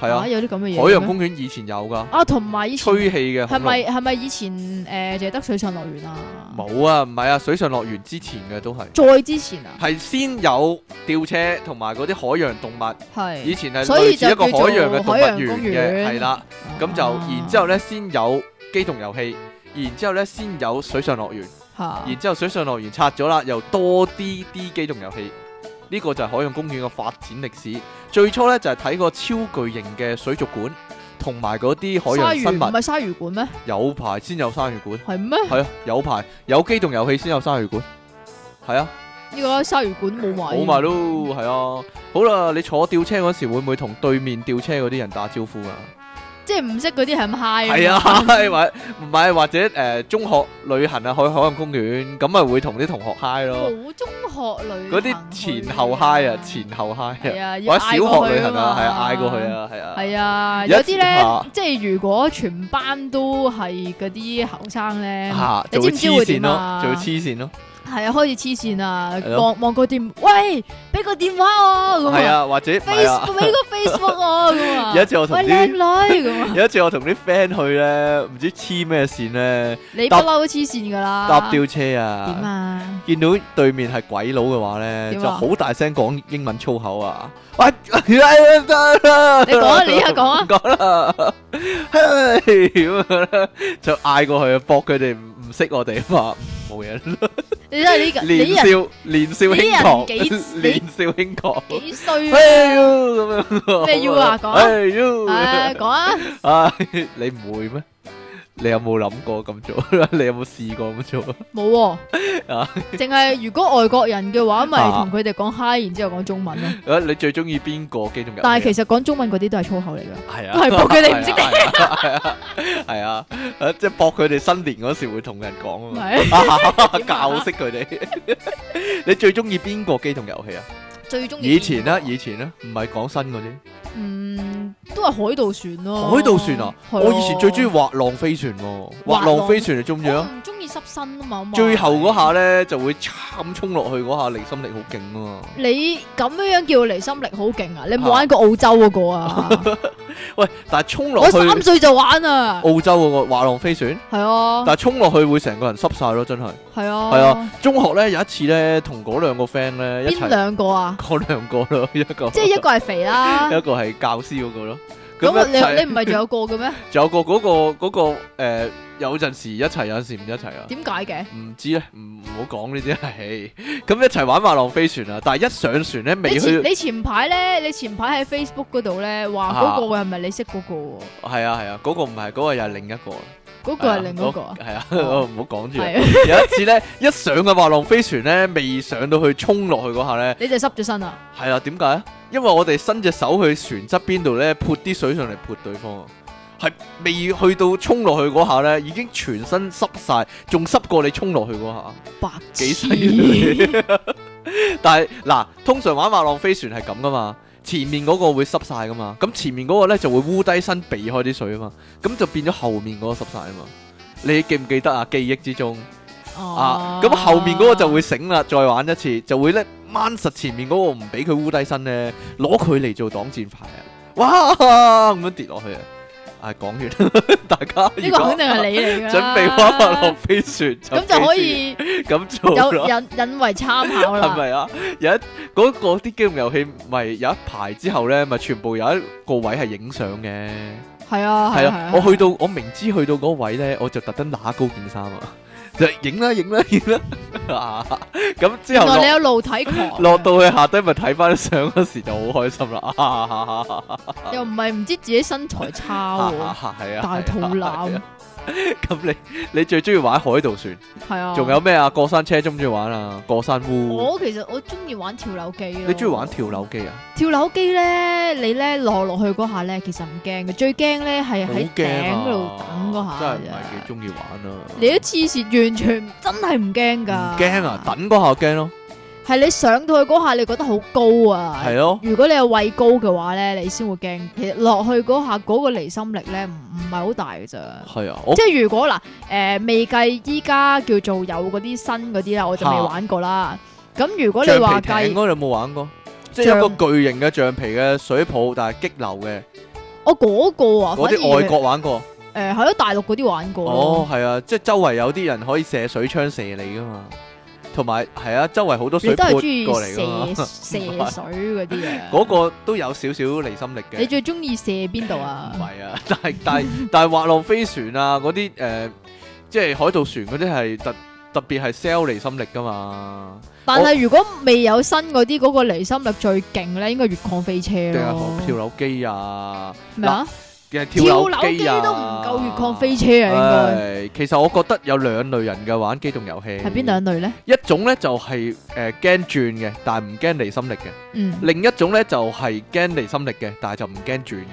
A: 係啊，
B: 啊有啲咁嘅嘢嘅咩，
A: 海洋公園以前有㗎，
B: 啊，同埋以前
A: 吹氣嘅
B: 係
A: 恐龍。
B: 咪係咪以前誒就係得水上樂園啊？
A: 冇啊，唔係啊，水上樂園之前嘅都係。
B: 再之前啊，
A: 係先有吊車同埋嗰啲海洋動物，
B: 係
A: 以前係
B: 所以
A: 類似一個
B: 就叫做
A: 海洋嘅動物
B: 海洋
A: 園
B: 公
A: 嘅，
B: 園
A: 係啦。咁就
B: 啊
A: 然之後咧先有機動遊戲，然之後咧先有水上樂園，
B: 嚇
A: 然之後水上樂園拆咗啦，又多啲啲機動遊戲。呢個就係海洋公園嘅發展歷史。最初咧就係睇個超巨型嘅水族館，同埋嗰啲海洋
B: 鯊魚
A: 生
B: 唔
A: 物。
B: 係鯊魚館咩？
A: 有排先有鯊魚館，
B: 係咩？
A: 係啊，有排有機動遊戲先有鯊魚館，係啊，
B: 呢個鯊魚館冇埋，
A: 冇埋咯，係啊。好啦，你坐吊車嗰時會唔會同對面吊車嗰啲人打招呼啊？
B: 即係唔識嗰啲係咁 high。
A: 係啊，，或唔係或者誒、呃中學旅行啊，去海洋公園咁咪會同啲同學 high 咯，
B: 冇中學旅
A: 嗰
B: 行
A: 啲
B: 去
A: 前
B: 啊
A: 後 high 啊，前後 high
B: 係
A: 啊，
B: 啊，要
A: 或者小
B: 嗌過
A: 學旅
B: 去
A: 行啊，
B: 嘛
A: 係啊，嗌過去。啊，係啊，
B: 係啊，
A: 一
B: 有啲
A: 啊
B: 咧，即係如果全班都係嗰啲後生咧，
A: 嚇
B: 啊你
A: 就會
B: 知唔知
A: 黐
B: 會
A: 線
B: 點
A: 咯，
B: 啊
A: 就會黐線咯，
B: 係啊，開始黐線啊
A: 係，咯
B: 望望個電，喂，俾個電話我咁
A: 係，啊，或者唔係啊
B: Facebook 俾個
A: (laughs)
B: Facebook 我咁啊，
A: 有一次我同
B: 喂
A: 啲
B: 靚女咁啊，
A: 有一次我同啲 friend 去咧，唔知黐咩線咧，
B: 你
A: (laughs)
B: 不
A: 搭
B: 嬲都黐線㗎啦，
A: 搭吊車
B: 點
A: 啊，
B: 啊？
A: (laughs) 見到對面係鬼佬嘅話咧，
B: 點
A: 就
B: 啊
A: 好大聲講英文粗口啊！喂，得啦
B: 你講啊你依家講啊
A: 唔講啦，嘿咁樣咧 (laughs) 就嗌過去，搏佢哋唔唔識我哋啊嘛，冇嘢啦。
B: 你真係呢個你
A: 年
B: 呢人
A: 少年少
B: 你
A: 輕
B: 人
A: 狂，
B: 幾
A: (laughs) 年少輕狂。
B: 幾
A: (laughs)
B: 衰啊！
A: 哎呦咁樣，
B: 咩要啊講啊
A: 哎呦，
B: 唉，講啊，
A: 唉，你唔會咩？你有冇諗過咁做？ (laughs) 你有冇試過咁做？ (laughs)
B: 冇
A: 啊
B: 喎，淨係如果外國人嘅話，咪
A: 啊
B: 同佢哋講 hi，然之後講中文咯。
A: 啊，你最中意邊個機動遊戲啊？
B: 但係其實講中文嗰啲都係粗口嚟㗎，
A: 係啊，
B: 都係搏佢哋唔識
A: 係啊，係啊，係啊，係啊，即係搏佢哋新年嗰時會同人講啊
B: 唔
A: 嘛，
B: 係
A: (laughs) 教識佢哋。你最中意邊個機動遊戲啊？
B: 最中意
A: 以前啦，
B: 邊個
A: 以前啦，啊唔係講新嗰啲。
B: 嗯都係海盜船咯，
A: 海盜船啊，
B: 哦係
A: 我以前最中意滑浪飛船喎，滑浪飛船你中唔中意
B: 我
A: 啊？
B: 唔中意濕身啊嘛，我咪
A: 最後嗰下咧就會嚓咁衝落去嗰下，離心力好勁啊嘛。
B: 你咁樣樣叫離心力好勁啊！你冇玩過澳洲嗰個啊？
A: 喂，但係衝 (laughs) 落
B: 我
A: 去
B: 三歲就玩啊，
A: 澳洲嗰個滑浪飛船，
B: 係啊，
A: 但係衝落去會成個人濕晒咯，真係。
B: 係啊，
A: 係啊，中學咧有一次咧，同嗰兩個 friend 咧一
B: 邊
A: 齊，
B: 兩個啊？
A: 嗰兩個咯， (laughs) 一個
B: 即係一個係肥啦，
A: (laughs) 一個係教師嗰個咯。
B: 咁啊
A: 一齊
B: 你你唔係仲有個嘅咩？
A: 仲有個嗰個嗰個誒，有陣時一齊，有陣時唔一齊啊。
B: 點解嘅？
A: 唔知咧，唔唔好講呢啲係。咁一齊玩滑浪飛船啊！但係一上船咧，未
B: 你前
A: 去
B: 你前排咧，你前排喺 Facebook 嗰度咧話嗰個係咪你識嗰個喎？
A: 係啊係啊，嗰個唔係，嗰個又係另一個。啊
B: 嗰個係另嗰個啊？
A: 係啊， (laughs)
B: 哦
A: 唔好講住啊。
B: 係啊，
A: 有一次咧，一上個滑浪飛船咧，未上到去衝落去嗰下咧，
B: 你就濕咗身啊？
A: 係啊，點解啊？因為我哋伸隻手去船側邊度咧，潑啲水上嚟潑對方啊，係未去到衝落去嗰下咧，已經全身濕晒，仲濕過你衝落去嗰下。
B: 白
A: 幾犀！
B: 痴
A: 利！ (laughs) 但係嗱，通常玩滑浪飛船係咁噶嘛，前面嗰個會濕晒噶嘛，咁前面嗰個咧就會烏低身避開啲水啊嘛，咁就變咗後面嗰個濕晒啊嘛。你記唔記得啊？記憶之中
B: 哦
A: 啊，咁後面嗰個就會醒啦，再玩一次就會咧掹實前面嗰個唔俾佢烏低身咧，攞佢嚟做擋箭牌啊！哇，咁樣跌落去啊！啊，講完， (laughs) 大家
B: 呢
A: 如
B: 個
A: 果
B: 肯定係你嚟㗎啦。
A: 準備玩滑浪飛船，
B: 咁就可以
A: 記住咁做
B: 有
A: 啦。
B: 引引為參考
A: 係
B: 啦。
A: 咪啊？有一嗰個啲機動遊戲，咪有一排之後咧，咪全部有一個位係影相嘅。
B: 係啊，
A: 係
B: 係
A: 啊，我去到我明知去到嗰位咧，我就特登揦高件衫啊，就影啦影啦影啦。啊咁之後
B: 原來你
A: 落
B: 有露體
A: (laughs)
B: 狂，
A: 落到去下低，咪睇翻相嗰時就好開心啦。啊
B: 又唔係唔知自己身材差
A: (laughs)
B: 喎，
A: 係啊，
B: 大肚
A: 係啊係
B: 腩
A: 啊咁你你最中意玩海盜船？
B: 係啊。
A: 仲有咩啊？過山車中唔中意玩啊？過山烏？
B: 我其實我中意玩跳樓機咯。
A: 你中意玩跳樓機啊？
B: 跳樓機咧？你咧落落去嗰下咧，其實唔驚嘅，最驚咧係
A: 好驚
B: 喺頂
A: 啊
B: 嗰度等嗰下
A: 真係唔係幾
B: 啫。
A: 中意玩啊！
B: 你一黐線，完全真係唔驚
A: 唔
B: 㗎。
A: 驚啊？！等嗰下驚咯，
B: 係你上到去嗰下，你覺得好高啊！
A: 係咯，
B: 如果你有畏高嘅話咧，你先會驚。其實落去嗰下嗰個離心力咧，唔唔係好大嘅咋。
A: 係啊，我
B: 即係如果嗱，誒、未計依家叫做有嗰啲新嗰啲啦，我就未
A: 嚇
B: 玩過啦。咁如果你
A: 橡
B: 話
A: 皮艇嗰
B: 計，
A: 度有冇玩過？即係有一個巨型嘅橡皮嘅水泡，但係激流嘅，
B: 我嗰個啊，
A: 嗰啲外國玩過。
B: 反而誒喺咗大陸嗰啲玩過
A: 哦
B: 咯，，
A: 係啊，即係周圍有啲人可以射水槍射你噶嘛，同埋係啊，周圍好多
B: 你
A: 水
B: 都係
A: 潑
B: 中意
A: 過嚟噶嘛，
B: 射射水嗰啲啊。
A: 嗰個都有少少離心力嘅。
B: 你最中意射邊度啊
A: 唔？係啊， (laughs) 但係但係但係滑浪飛船啊，嗰啲誒，即係海盜船嗰啲係特特別係 sell 離心力噶嘛，
B: 但係如果未有新嗰啲，嗰、個離心力最勁咧，應該越礦飛車
A: 定
B: 咯
A: 係。跳樓機啊，
B: 咩啊？
A: 定係
B: 跳
A: 跳
B: 樓
A: 樓
B: 機
A: 機啊，
B: 都唔夠越礦飛車啊，應
A: 唉其實我覺得有兩類人嘅玩機動遊戲，
B: 該係邊？兩類咧？
A: 一種咧就係誒驚轉嘅，但係唔驚離心力嘅；
B: 嗯。
A: 另一種咧就係驚離心力嘅，但係就唔驚轉嘅，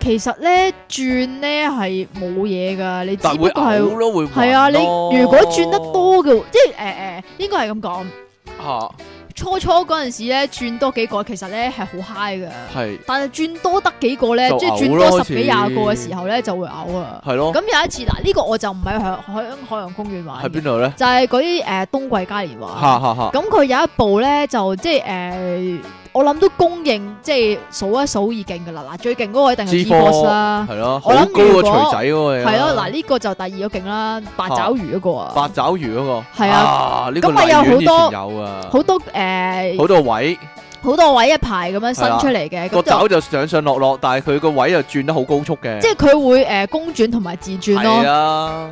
B: 其實咧轉咧係冇嘢噶，你只
A: 但係
B: 不
A: 會
B: 過
A: 嘔
B: 係
A: 咯，會
B: 係
A: 暈
B: 啊，你
A: 咯
B: 如果轉得多嘅，即係誒誒，應該係咁講。
A: 嚇
B: 初初嗰陣時咧轉多幾個，其實咧係好 high 噶，
A: 係
B: 但係轉多得幾個咧，
A: 就
B: 即係轉
A: 嘔咯
B: 多十幾廿
A: 好似哦
B: 個嘅時候咧就會嘔啊。
A: 係咯
B: 咁，有一次嗱，呢個我就唔係響響海洋公園玩
A: 喺
B: 嘅
A: 邊，度咧？
B: 就係嗰啲誒冬季嘉年華。
A: 嚇嚇嚇！
B: 咁佢有一部咧就即係誒，我諗都公認即係數一數二勁噶啦。嗱，最勁嗰個一定係
A: G4
B: G-Force 啦。
A: 係咯，好
B: 我諗
A: 高個
B: 如果
A: 錘仔嗰個嚟啦
B: 系咯，嗱呢個就第二個勁啦，八爪魚嗰個
A: 八
B: 啊，
A: 爪魚嗰個，
B: 係啊
A: 啊，呢個
B: 咁咪有好
A: 荔園以
B: 多
A: 前有啊，
B: 好多诶
A: 好多位，
B: 好多位一排咁樣
A: 係啦
B: 伸出嚟嘅，
A: 個
B: 咁
A: 爪
B: 就
A: 就上上落落，但係佢個位又轉得好高速嘅，
B: 即係佢會诶公轉同埋自轉
A: 係
B: 咯。
A: 啊，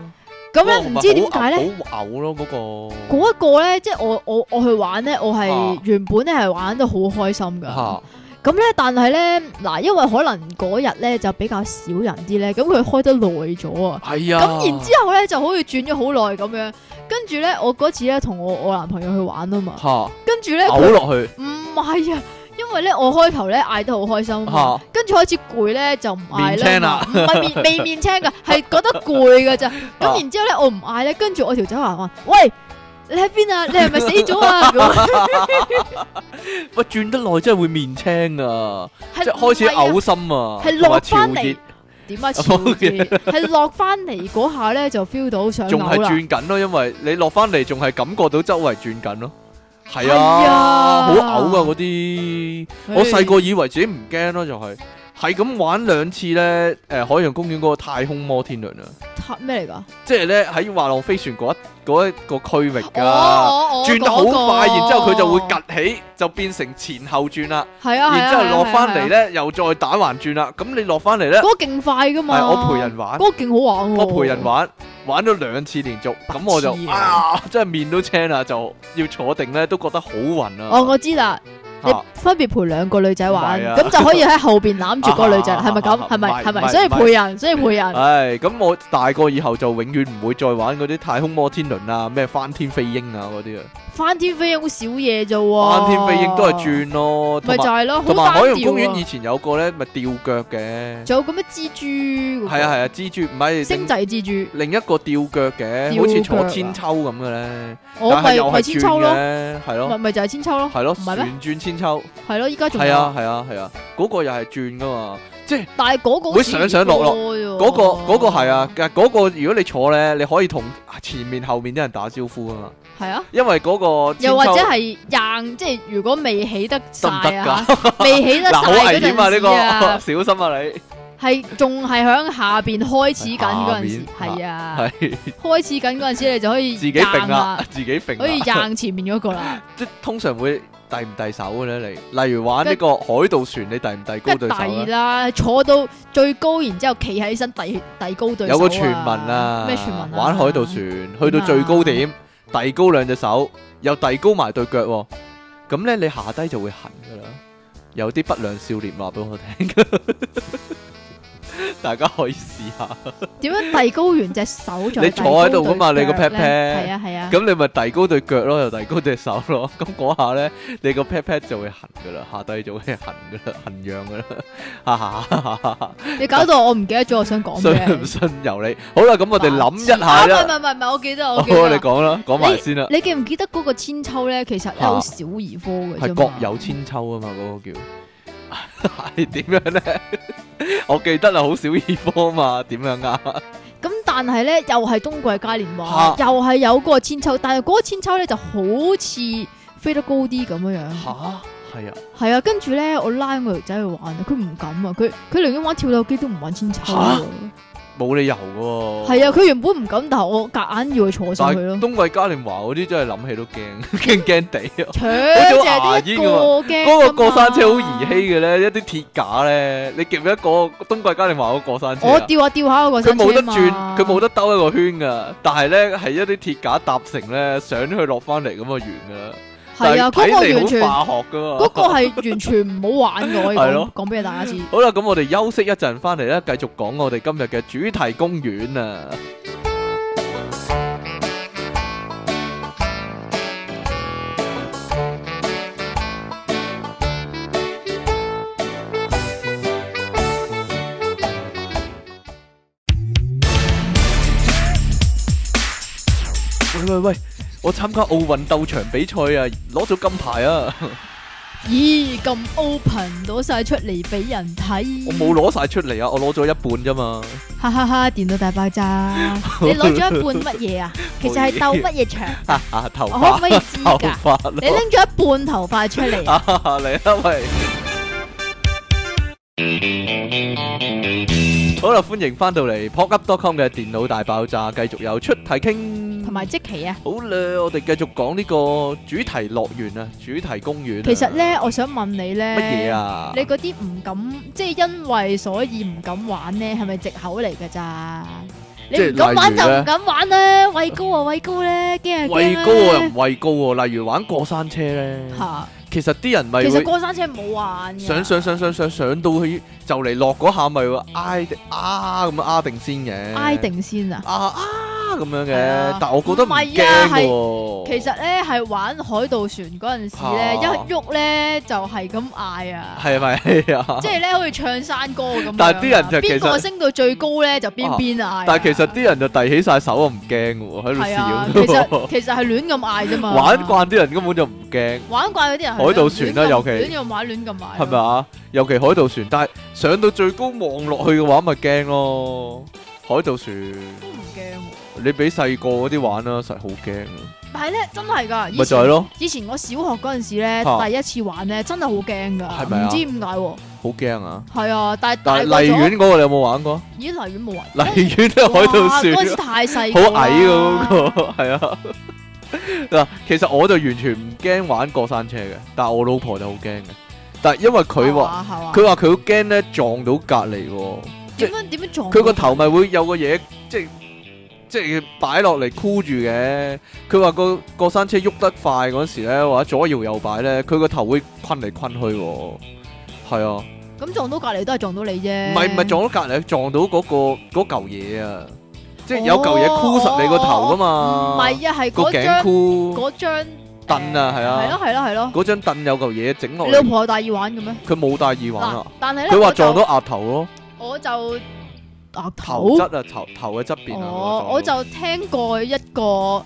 B: 咁咧唔知點解咧，
A: 咧，好嘔咯嗰個，
B: 嗰一個咧，即係我我我去玩咧，我係
A: 啊
B: 原本咧係玩得好開心噶。
A: 嚇
B: 咁咧，但係咧嗱，因為可能嗰日咧就比較少人啲咧，咁佢開得耐咗啊。
A: 係啊，
B: 咁然之後咧就好似轉咗好耐咁樣，跟住咧我嗰次咧同我我男朋友去玩啊嘛，
A: 後
B: 跟住咧
A: 嚇
B: 佢
A: 嘔落去
B: 唔係啊，因為咧我開頭咧嗌得好開心啊嘛，
A: 嚇，
B: 跟住開始攰咧就唔嗌
A: 面青啊啦
B: 啦，唔係面未面青噶，係覺得攰噶咋。咁然之後咧我唔嗌咧，跟住我條仔話我喂。你喺邊啊？你係咪死
A: (laughs)
B: 咗啊？咁
A: 喂轉得耐真係會面青啊，
B: 係
A: 即係開始
B: 唔係啊
A: 嘔心啊，
B: 係
A: 同
B: 落
A: 埋潮
B: 返嚟
A: 熱
B: 點啊？超
A: (laughs) 冇
B: 字係落翻嚟嗰下咧，就 feel 到上
A: 仲
B: 樓
A: 係
B: 啦。
A: 轉緊咯，因為你落翻嚟仲係感覺到周圍轉緊咯。係
B: 係
A: 啊，
B: 啊哎
A: 好嘔啊嗰啲，我細個以為自己唔驚咯，就係係咁玩兩次咧，誒海洋公園嗰個太空摩天輪啊，
B: 塔咩嚟噶？
A: 即係咧喺滑浪飛船嗰一嗰一個區域啊㗎。
B: 哦，
A: 轉得好快，然之後佢就會
B: 趌，
A: 趌起，就變成前後轉啦。
B: 係啊，
A: 然之後
B: 係啊
A: 落翻嚟，
B: 係啊係啊
A: 咧，又再打橫轉啦。咁你落翻嚟咧
B: 係啊，啊嗰個勁快噶嘛，
A: 係我陪人玩
B: 嗰個勁好玩喎，
A: 我陪人玩，玩咗兩次連續，咁我就
B: 白痴啊
A: 啊，真係面都青啦，就要坐定咧，都覺得好暈啊。
B: 哦，我知啦，你
A: 啊
B: 分別陪兩個女仔
A: 唔
B: 玩，
A: 係啊
B: 咁就可以喺後邊攬住個女仔，係咪咁？係
A: 唔係
B: 咪係
A: 唔係
B: 咪？所以陪人，所以陪人，
A: 唉，咁我大個以後就永遠唔會再玩嗰啲太空摩天輪啊，咩翻天飛鷹啊嗰啲啊。
B: 翻天飛鷹好少嘢啫喎，
A: 翻天飛鷹都係，轉咯，同
B: 咪就
A: 埋
B: 係咯，好
A: 同埋
B: 單
A: 海洋
B: 調
A: 公園以
B: 啊
A: 前有個咧，咪吊腳嘅，
B: 仲有咁嘅蜘蛛嗰個，
A: 係啊係啊，蜘蛛唔係定
B: 星際蜘
A: 另一個吊腳嘅，
B: 吊
A: 好似坐
B: 腳啊
A: 千秋咁嘅咧，
B: 蛛，我
A: 但係
B: 咪
A: 又
B: 咪
A: 係
B: 千
A: 轉
B: 秋咯，
A: 嘅，係
B: 咪
A: 咯，
B: 咪就係千秋咯，
A: 係咯，
B: 唔係咩
A: 旋轉千秋，
B: 係咯，依家仲
A: 係
B: 有哦
A: 啊，係啊係啊，嗰個又係轉噶嘛，
B: 但係嗰個
A: 會上上落落
B: 落
A: 嗰個嗰個係啊，但係嗰個如果你坐咧，你可以同前面後面啲人打招呼啊嘛，
B: 係啊。
A: 因為嗰個千
B: 又或者
A: 秋
B: 係硬，即係如果未起得晒
A: 得唔得
B: 啊，未起得
A: (laughs) 嗱
B: 晒
A: 好
B: 嗰
A: 危險啊呢
B: 陣時啊，
A: 個， (laughs) 小心啊你，
B: 係仲係響下邊開始緊嗰陣時，
A: (laughs) 下面
B: 係啊，
A: 係
B: 開始緊嗰陣時你就可以
A: 自己
B: 硬啊
A: 揈啦，，自己揈
B: (laughs) 可以
A: 啦，
B: 硬前面嗰個啦，
A: (laughs) 即係通常會遞唔遞手嘅咧你，例如玩呢個海盜船，你遞唔遞高
B: 跟
A: 對
B: 住
A: 手啊
B: 遞
A: 咧？
B: 啦，坐到最高，然之後企起身遞遞高對手啊
A: 有個傳聞啊，
B: 咩傳聞啊？
A: 玩海盜船去到最高點， (laughs) 遞高兩隻手，又遞高埋對腳喎，咁咧你下低就會痕噶啦。有啲不良少年話俾我聽，大家可以試下。
B: 點樣遞高完隻手再
A: 你坐喺度㗎
B: 㗎
A: 嘛你個 pat pat
B: 係啊係啊，
A: 咁你咪遞高對腳咯，又遞高隻手咯。咁嗰下咧，你個 pat pat 就會痕噶啦，下低就會痕噶啦，痕癢噶啦， (laughs) 哈哈哈哈哈哈。
B: 你搞到我唔記得咗我想
A: (laughs)
B: 講咩。
A: 信唔信由你。好啦，咁我哋諗一下
B: 啊
A: 啦。
B: 唔係唔係唔係，我記得
A: 好，
B: 我記
A: 你
B: 得啦。
A: 講啦，講埋 (laughs) 先啦。
B: 你記唔記得嗰個千秋咧？其實咧好小兒科嘅啫
A: 係
B: 嘛
A: 各有千秋啊嘛，嗰、個叫 (laughs) 係點樣咧？ (laughs) 我記得啦，好小兒科嘛，點樣啊？
B: 咁但係咧，又係冬季嘉年華，
A: 嚇
B: 又係有嗰個千秋，但係嗰個千秋咧就好似飛得高啲咁樣樣。
A: 吓係啊，
B: 係啊，跟住咧，我拉我條仔去玩，佢唔敢啊，佢佢寧願玩跳樓機都唔玩千秋啊。
A: 冇理由嘅喎。
B: 係啊，佢原本唔敢，但係我夾硬要佢坐上
A: 但
B: 去咯
A: 係。冬季嘉年華嗰啲真係諗起都驚， (laughs) 驚
B: (laughs)
A: 驚地啊！
B: 扯
A: 好
B: 就
A: 似牙
B: 係
A: 煙
B: 啲
A: 咁啊
B: 過嘅。
A: 嗰個過山車好兒戲。嘅咧，一啲鐵架咧，你記唔記得嗰個冬季嘉年華嗰個過山車
B: 我
A: 啊？
B: 掉下掉下個過
A: 佢
B: 山車
A: 冇得轉，
B: 嘛
A: 佢冇得兜一個圈噶，但係咧係一啲鐵架搭成咧上去落翻嚟咁就完噶啦。
B: 係啊，
A: 但係
B: 嗰
A: 睇
B: 個完
A: 嚟
B: 全
A: 好化學噶嘛。
B: 嗰個係完全唔好玩嘅，我可以
A: 係咯
B: 講講俾大家知。
A: 好啦，咁我哋休息一陣，翻嚟咧繼續講我哋今日嘅主題公園啊！喂喂喂，我參加奧運鬥場比賽啊，攞咗金牌啊！
B: 咦，咁 open 攞晒出嚟俾人睇，
A: 我冇，攞晒出嚟啊，我攞咗一半啫嘛。
B: 哈哈哈！電腦大
A: (laughs)
B: 爆炸，你攞咗一半乜嘢啊？其實係鬥乜嘢場？
A: 哈哈，頭
B: 我可
A: 髮
B: 唔可以
A: (laughs)
B: 知
A: 頭
B: 㗎？
A: 髮
B: 你拎咗一半頭髮出
A: (laughs)
B: 嚟啊，
A: 啊嚟啦喂！好啦，歡迎翻到嚟 p o c u p c o m 嘅電腦大爆炸，繼續有出題傾，
B: 同埋即期啊。
A: 好啦，我哋繼續講呢個主題樂園啊，主題公園啊。
B: 其實咧，我想問你咧，
A: 乜嘢？啊？
B: 你嗰啲唔敢，即係因為所以唔敢玩咧，係咪藉口嚟㗎咋？你
A: 即係
B: 唔敢玩
A: 例如
B: 就
A: 呢
B: 唔敢玩啦，畏高啊畏高咧，驚啊驚
A: 畏
B: 啊
A: 高啊，又唔畏高喎。例如玩過山車咧，
B: 嚇！
A: 其實啲人咪
B: 其實
A: 會
B: 過山車冇玩嘅。
A: 上上上上上上到去就嚟落嗰下，咪會挨定啊咁樣挨定先嘅。
B: 挨定先啊！
A: 啊啊咁樣
B: 係
A: 嘅
B: 啊，
A: 但我覺得唔
B: 唔係
A: 驚
B: 啊
A: 嘅喎。
B: 其實咧係玩海盜船嗰陣時咧，
A: 啊
B: 一喐咧就係咁嗌啊，
A: 係
B: (laughs)
A: 咪啊？
B: 即係咧好似唱山歌咁樣啊。
A: 但係啲人就其實哦
B: 邊個升到最高咧就邊邊嗌啊。
A: 但係其實啲人就遞起晒手，我唔驚嘅喎，喺
B: 係啊，
A: 度
B: 其
A: 笑嘅 (laughs)
B: 實嗯
A: 喎。
B: 其實係亂咁嗌啫嘛。
A: 玩慣啲人根本就唔驚，
B: 玩慣嗰啲人係啊
A: 海盜船啦啊
B: 亂咁
A: 尤其啊
B: 亂咁玩亂咁嗌。
A: 係咪？啊？尤其海盜船，但係上到最高望落去嘅話，咪驚咯。海盜船，
B: 都唔驚喎。
A: 你俾細個嗰啲玩啦，實好驚啊，
B: 但係咧，真係㗎，以
A: 咪就係
B: 前
A: 咯，
B: 以前我小學嗰陣時咧，
A: 啊
B: 第一次玩咧，真係好驚㗎，
A: 係咪啊
B: 唔知點解喎。
A: 好驚啊！
B: 係啊，但係大
A: 但
B: 個
A: 係荔
B: 咗，
A: 園嗰個你有冇玩過？
B: 咦，荔園冇玩。
A: 荔園都係海
B: 哇
A: 盜
B: 嗰陣
A: 船
B: 時。太細個啦，
A: 好矮嘅嗰、個，係啊。嗱，其實我就完全唔驚玩過山車嘅，但係我老婆就好驚嘅。但係因為佢話
B: 係嘛，
A: 佢話佢好驚咧撞到隔離喎，
B: 點樣點樣撞到？
A: 佢個頭咪會有個嘢即係即係擺落嚟箍住嘅。佢話個過山車喐得快嗰時咧，或者左搖右擺咧，佢個頭會困嚟困去喎。係啊，
B: 咁撞到隔離都係撞到你啫，
A: 唔係唔係撞到隔離，撞到嗰、個嗰嚿嘢啊！即係有嚿嘢箍實你個頭噶嘛。
B: 唔係啊，係
A: 個
B: 嗰
A: 頸
B: 張
A: 箍
B: 嗰張
A: 凳啊，係
B: 係
A: 啊，
B: 咯係咯係咯。
A: 嗰張凳有嚿嘢整落
B: 你老
A: 嚟，
B: 婆有戴耳環嘅咩？
A: 佢冇戴耳環
B: 嗱
A: 啊，，
B: 但係
A: 佢
B: 咧，
A: 話
B: 我就
A: 撞到額頭咯，
B: 我就額
A: 頭
B: 頭，
A: 側啊，頭頭嘅側邊啊，
B: 哦，我
A: 佢話
B: 就聽過一個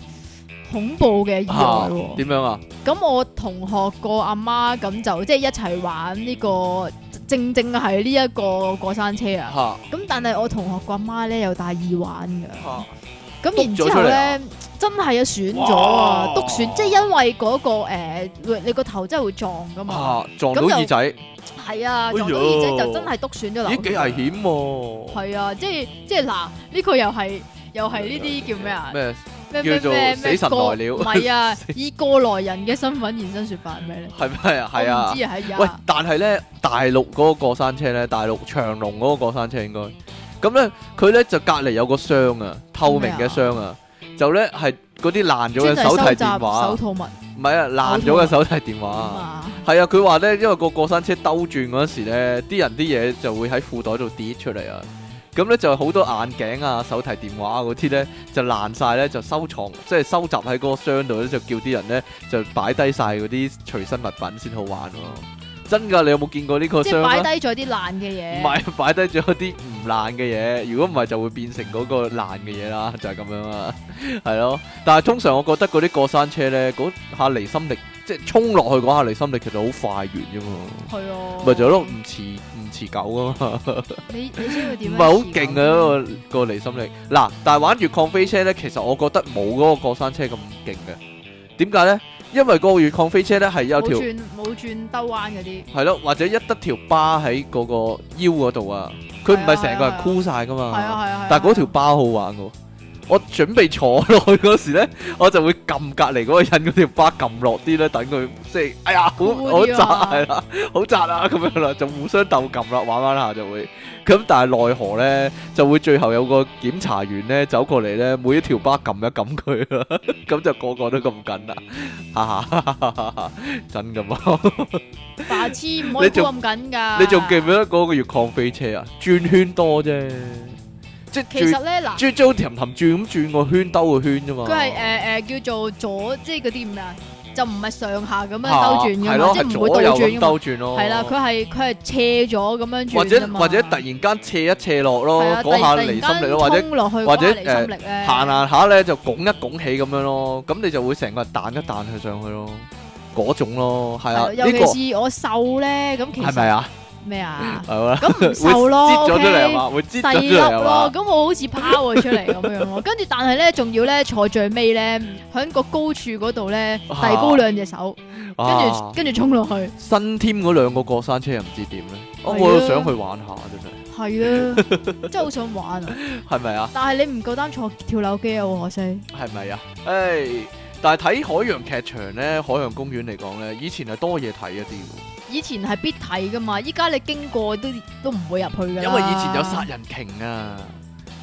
B: 恐怖嘅意外
A: 撞到嚇
B: 喎。
A: 點樣啊？
B: 咁我同學個阿媽咁就即係一齊玩呢個，正正係呢一個過山車啊。
A: 嚇
B: 咁但係我同學個阿媽咧有戴耳環㗎。
A: 嚇
B: 咁
A: 篤咗
B: 然之
A: 出嚟
B: 後
A: 啊
B: 咧，真係啊損咗啊，
A: 哇
B: 篤損，即係因為嗰、個誒、呃你個頭真係會撞噶嘛，
A: 嚇撞到耳仔，
B: 係
A: 啊
B: 啊，
A: 哎呀
B: 撞到耳仔就真係篤損咗流。啊
A: 咦幾危？險喎？
B: 係啊，即係即係嗱，呢個又係又係呢啲叫咩啊？
A: 咩
B: 咩咩
A: 叫做
B: 咩
A: 死神來了
B: 咩過唔
A: (laughs)
B: 係啊，以過來人嘅身份現身說法係咩咧？
A: 係咪啊？係
B: 我
A: 啊
B: 唔知。啊，係
A: 喂
B: 啊，，
A: 但係咧，大陸嗰個過山車咧，大陸長隆嗰個過山車應該，咁咧佢咧就隔離有個箱啊，透明嘅箱啊，就咧係嗰啲爛咗
B: 專
A: 嘅
B: 係
A: 手提
B: 收集
A: 電話
B: 手。套物
A: 唔係啊，爛咗嘅手提電話。
B: 啊
A: 係啊，佢話咧，因為個過山車兜轉嗰時咧，啲人啲嘢就會喺褲袋度跌出嚟啊。咁咧就好多眼鏡啊、手提電話嗰啲咧就爛晒咧，就收藏， (laughs) 即係收集喺嗰個箱度咧，就叫啲人咧就擺低晒嗰啲隨身物品先好玩咯、真㗎，你有冇見過呢個
B: 嘛，即係
A: 箱啊？
B: 擺低咗啲爛嘅嘢。
A: 唔係擺低咗啲唔爛嘅嘢，如果唔係就會變成嗰個爛嘅嘢啦， (laughs) 就係、咁樣啦，係咯。但係通常我覺得嗰啲過山車咧，嗰下離心力即係衝落去嗰下離心力其實好快完啫嘛，
B: 係啊，
A: 咪就係咯，唔持唔持久啊嘛，
B: 你你先會點
A: 唔
B: 樣
A: 係好
B: 持久
A: 勁啊個個離心力。嗱，但係玩越礦飛車咧，其實我覺得冇嗰個過山車咁勁嘅，點解咧？因為個越礦飛車咧係有
B: 冇
A: 條。
B: 轉冇轉兜彎嗰啲，
A: 係咯，或者一得條巴喺嗰個腰嗰度啊，佢唔係成個人箍晒噶
B: 係
A: 嘛。
B: 啊係啊係啊。
A: 但係嗰條巴好玩嘅喎，我準備坐落去嗰時咧，我就會撳隔離嗰個人嗰條巴撳落啲咧，等佢即係哎呀好好
B: 箍
A: 窄
B: 啲啊
A: 係啦，好窄啊咁樣啦，就互相鬥撳啦，玩玩下就會。咁但係奈何咧，就會最後有個檢查員咧走過嚟咧，每一條巴撳一撳佢啦，咁就個個都咁緊啦，哈哈，真噶嘛？
B: 白痴唔可
A: 你
B: 以箍
A: 仲
B: 咁緊㗎。
A: 你仲記唔記得嗰個月礦飛車啊？轉圈多啫，即係
B: 其實咧嗱，
A: 轉轉氹氹轉咁轉個圈兜個圈啫嘛。
B: 佢係誒誒叫做左，即係嗰啲咩啊，就唔係上下咁樣
A: 嚇
B: 兜轉
A: 係
B: 㗎嘛，
A: 咯
B: 即
A: 係
B: 係唔會
A: 左
B: 倒
A: 右
B: 轉
A: 咁
B: 㗎嘛。
A: 兜轉咯。
B: 係啦，佢係佢係斜咗咁樣轉
A: 或
B: 㗎
A: 者
B: 嘛
A: 或者突然間斜一斜落咯
B: 係啊，
A: 嗰下
B: 突
A: 離
B: 然
A: 心力
B: 間
A: 咯，或者
B: 衝落去
A: 或者
B: 嗰下離心力咧，
A: 行行下咧就拱一拱起咁樣咯，咁你就會成個人彈一彈去上去咯，嗰種咯，係啊，
B: 係尤
A: 呢個
B: 其是我瘦咧，咁其
A: 係咪
B: 實
A: 啊？
B: 咩啊？
A: 係啦，
B: 咁
A: (laughs)
B: 唔
A: 會
B: 瘦咯
A: 擠咗出嚟係
B: ，OK
A: 嘛？會擠
B: 細
A: 咗
B: 粒
A: 出嚟係
B: 咯，
A: 嘛？
B: 咁我好似拋佢出嚟咁樣
A: (laughs)
B: 咯。跟住但係咧，仲要咧坐最尾咧，喺個高處嗰度咧
A: 啊
B: 遞高兩隻手，跟住
A: 啊
B: 跟住衝落去，
A: 新添嗰兩個過山車又唔知點咧，我
B: 係
A: 我都
B: 啊
A: 想去玩下真
B: 係啊， (laughs) 真係好想玩啊！
A: 係，係咪啊？
B: 但係你唔夠膽坐跳樓機啊，好可惜。
A: 係咪啊？唉，但係睇海洋劇場咧，海洋公園嚟講咧，以前係多嘢睇一啲嘅，
B: 以前係必睇噶嘛，依家你經過都都唔會入去噶啦。
A: 因為以前有殺人鯨啊，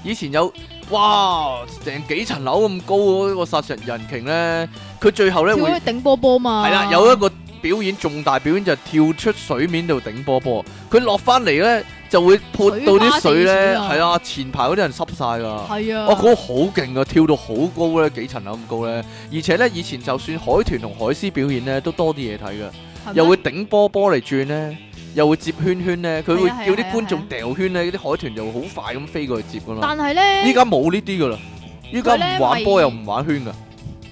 A: 以前有哇成幾層樓咁高嗰個殺人人鯨咧，佢最後咧
B: 跳啊
A: 會
B: 去頂波波嘛。
A: 係啦，有一個表演重大表演就係跳出水面度頂波波，佢落翻嚟咧就會潑到啲水咧，
B: 水花四濺啊
A: 係啊，前排嗰啲人濕晒㗎。
B: 係啊。
A: 我估好勁啊，跳到好高咧，幾層樓咁高咧，而且咧以前就算海豚同海獅表演咧，都多啲嘢睇噶，
B: 係咩
A: 又會頂波波嚟轉咧，又會接圈圈咧，佢會
B: 係啊係啊
A: 叫
B: 係
A: 啲
B: 啊
A: 觀眾掉圈咧，啲海豚就會好快咁飛過去接噶嘛。
B: 但係咧，
A: 依家冇呢啲噶啦，依家
B: 佢咧
A: 唔玩波
B: 咪
A: 又唔玩圈噶，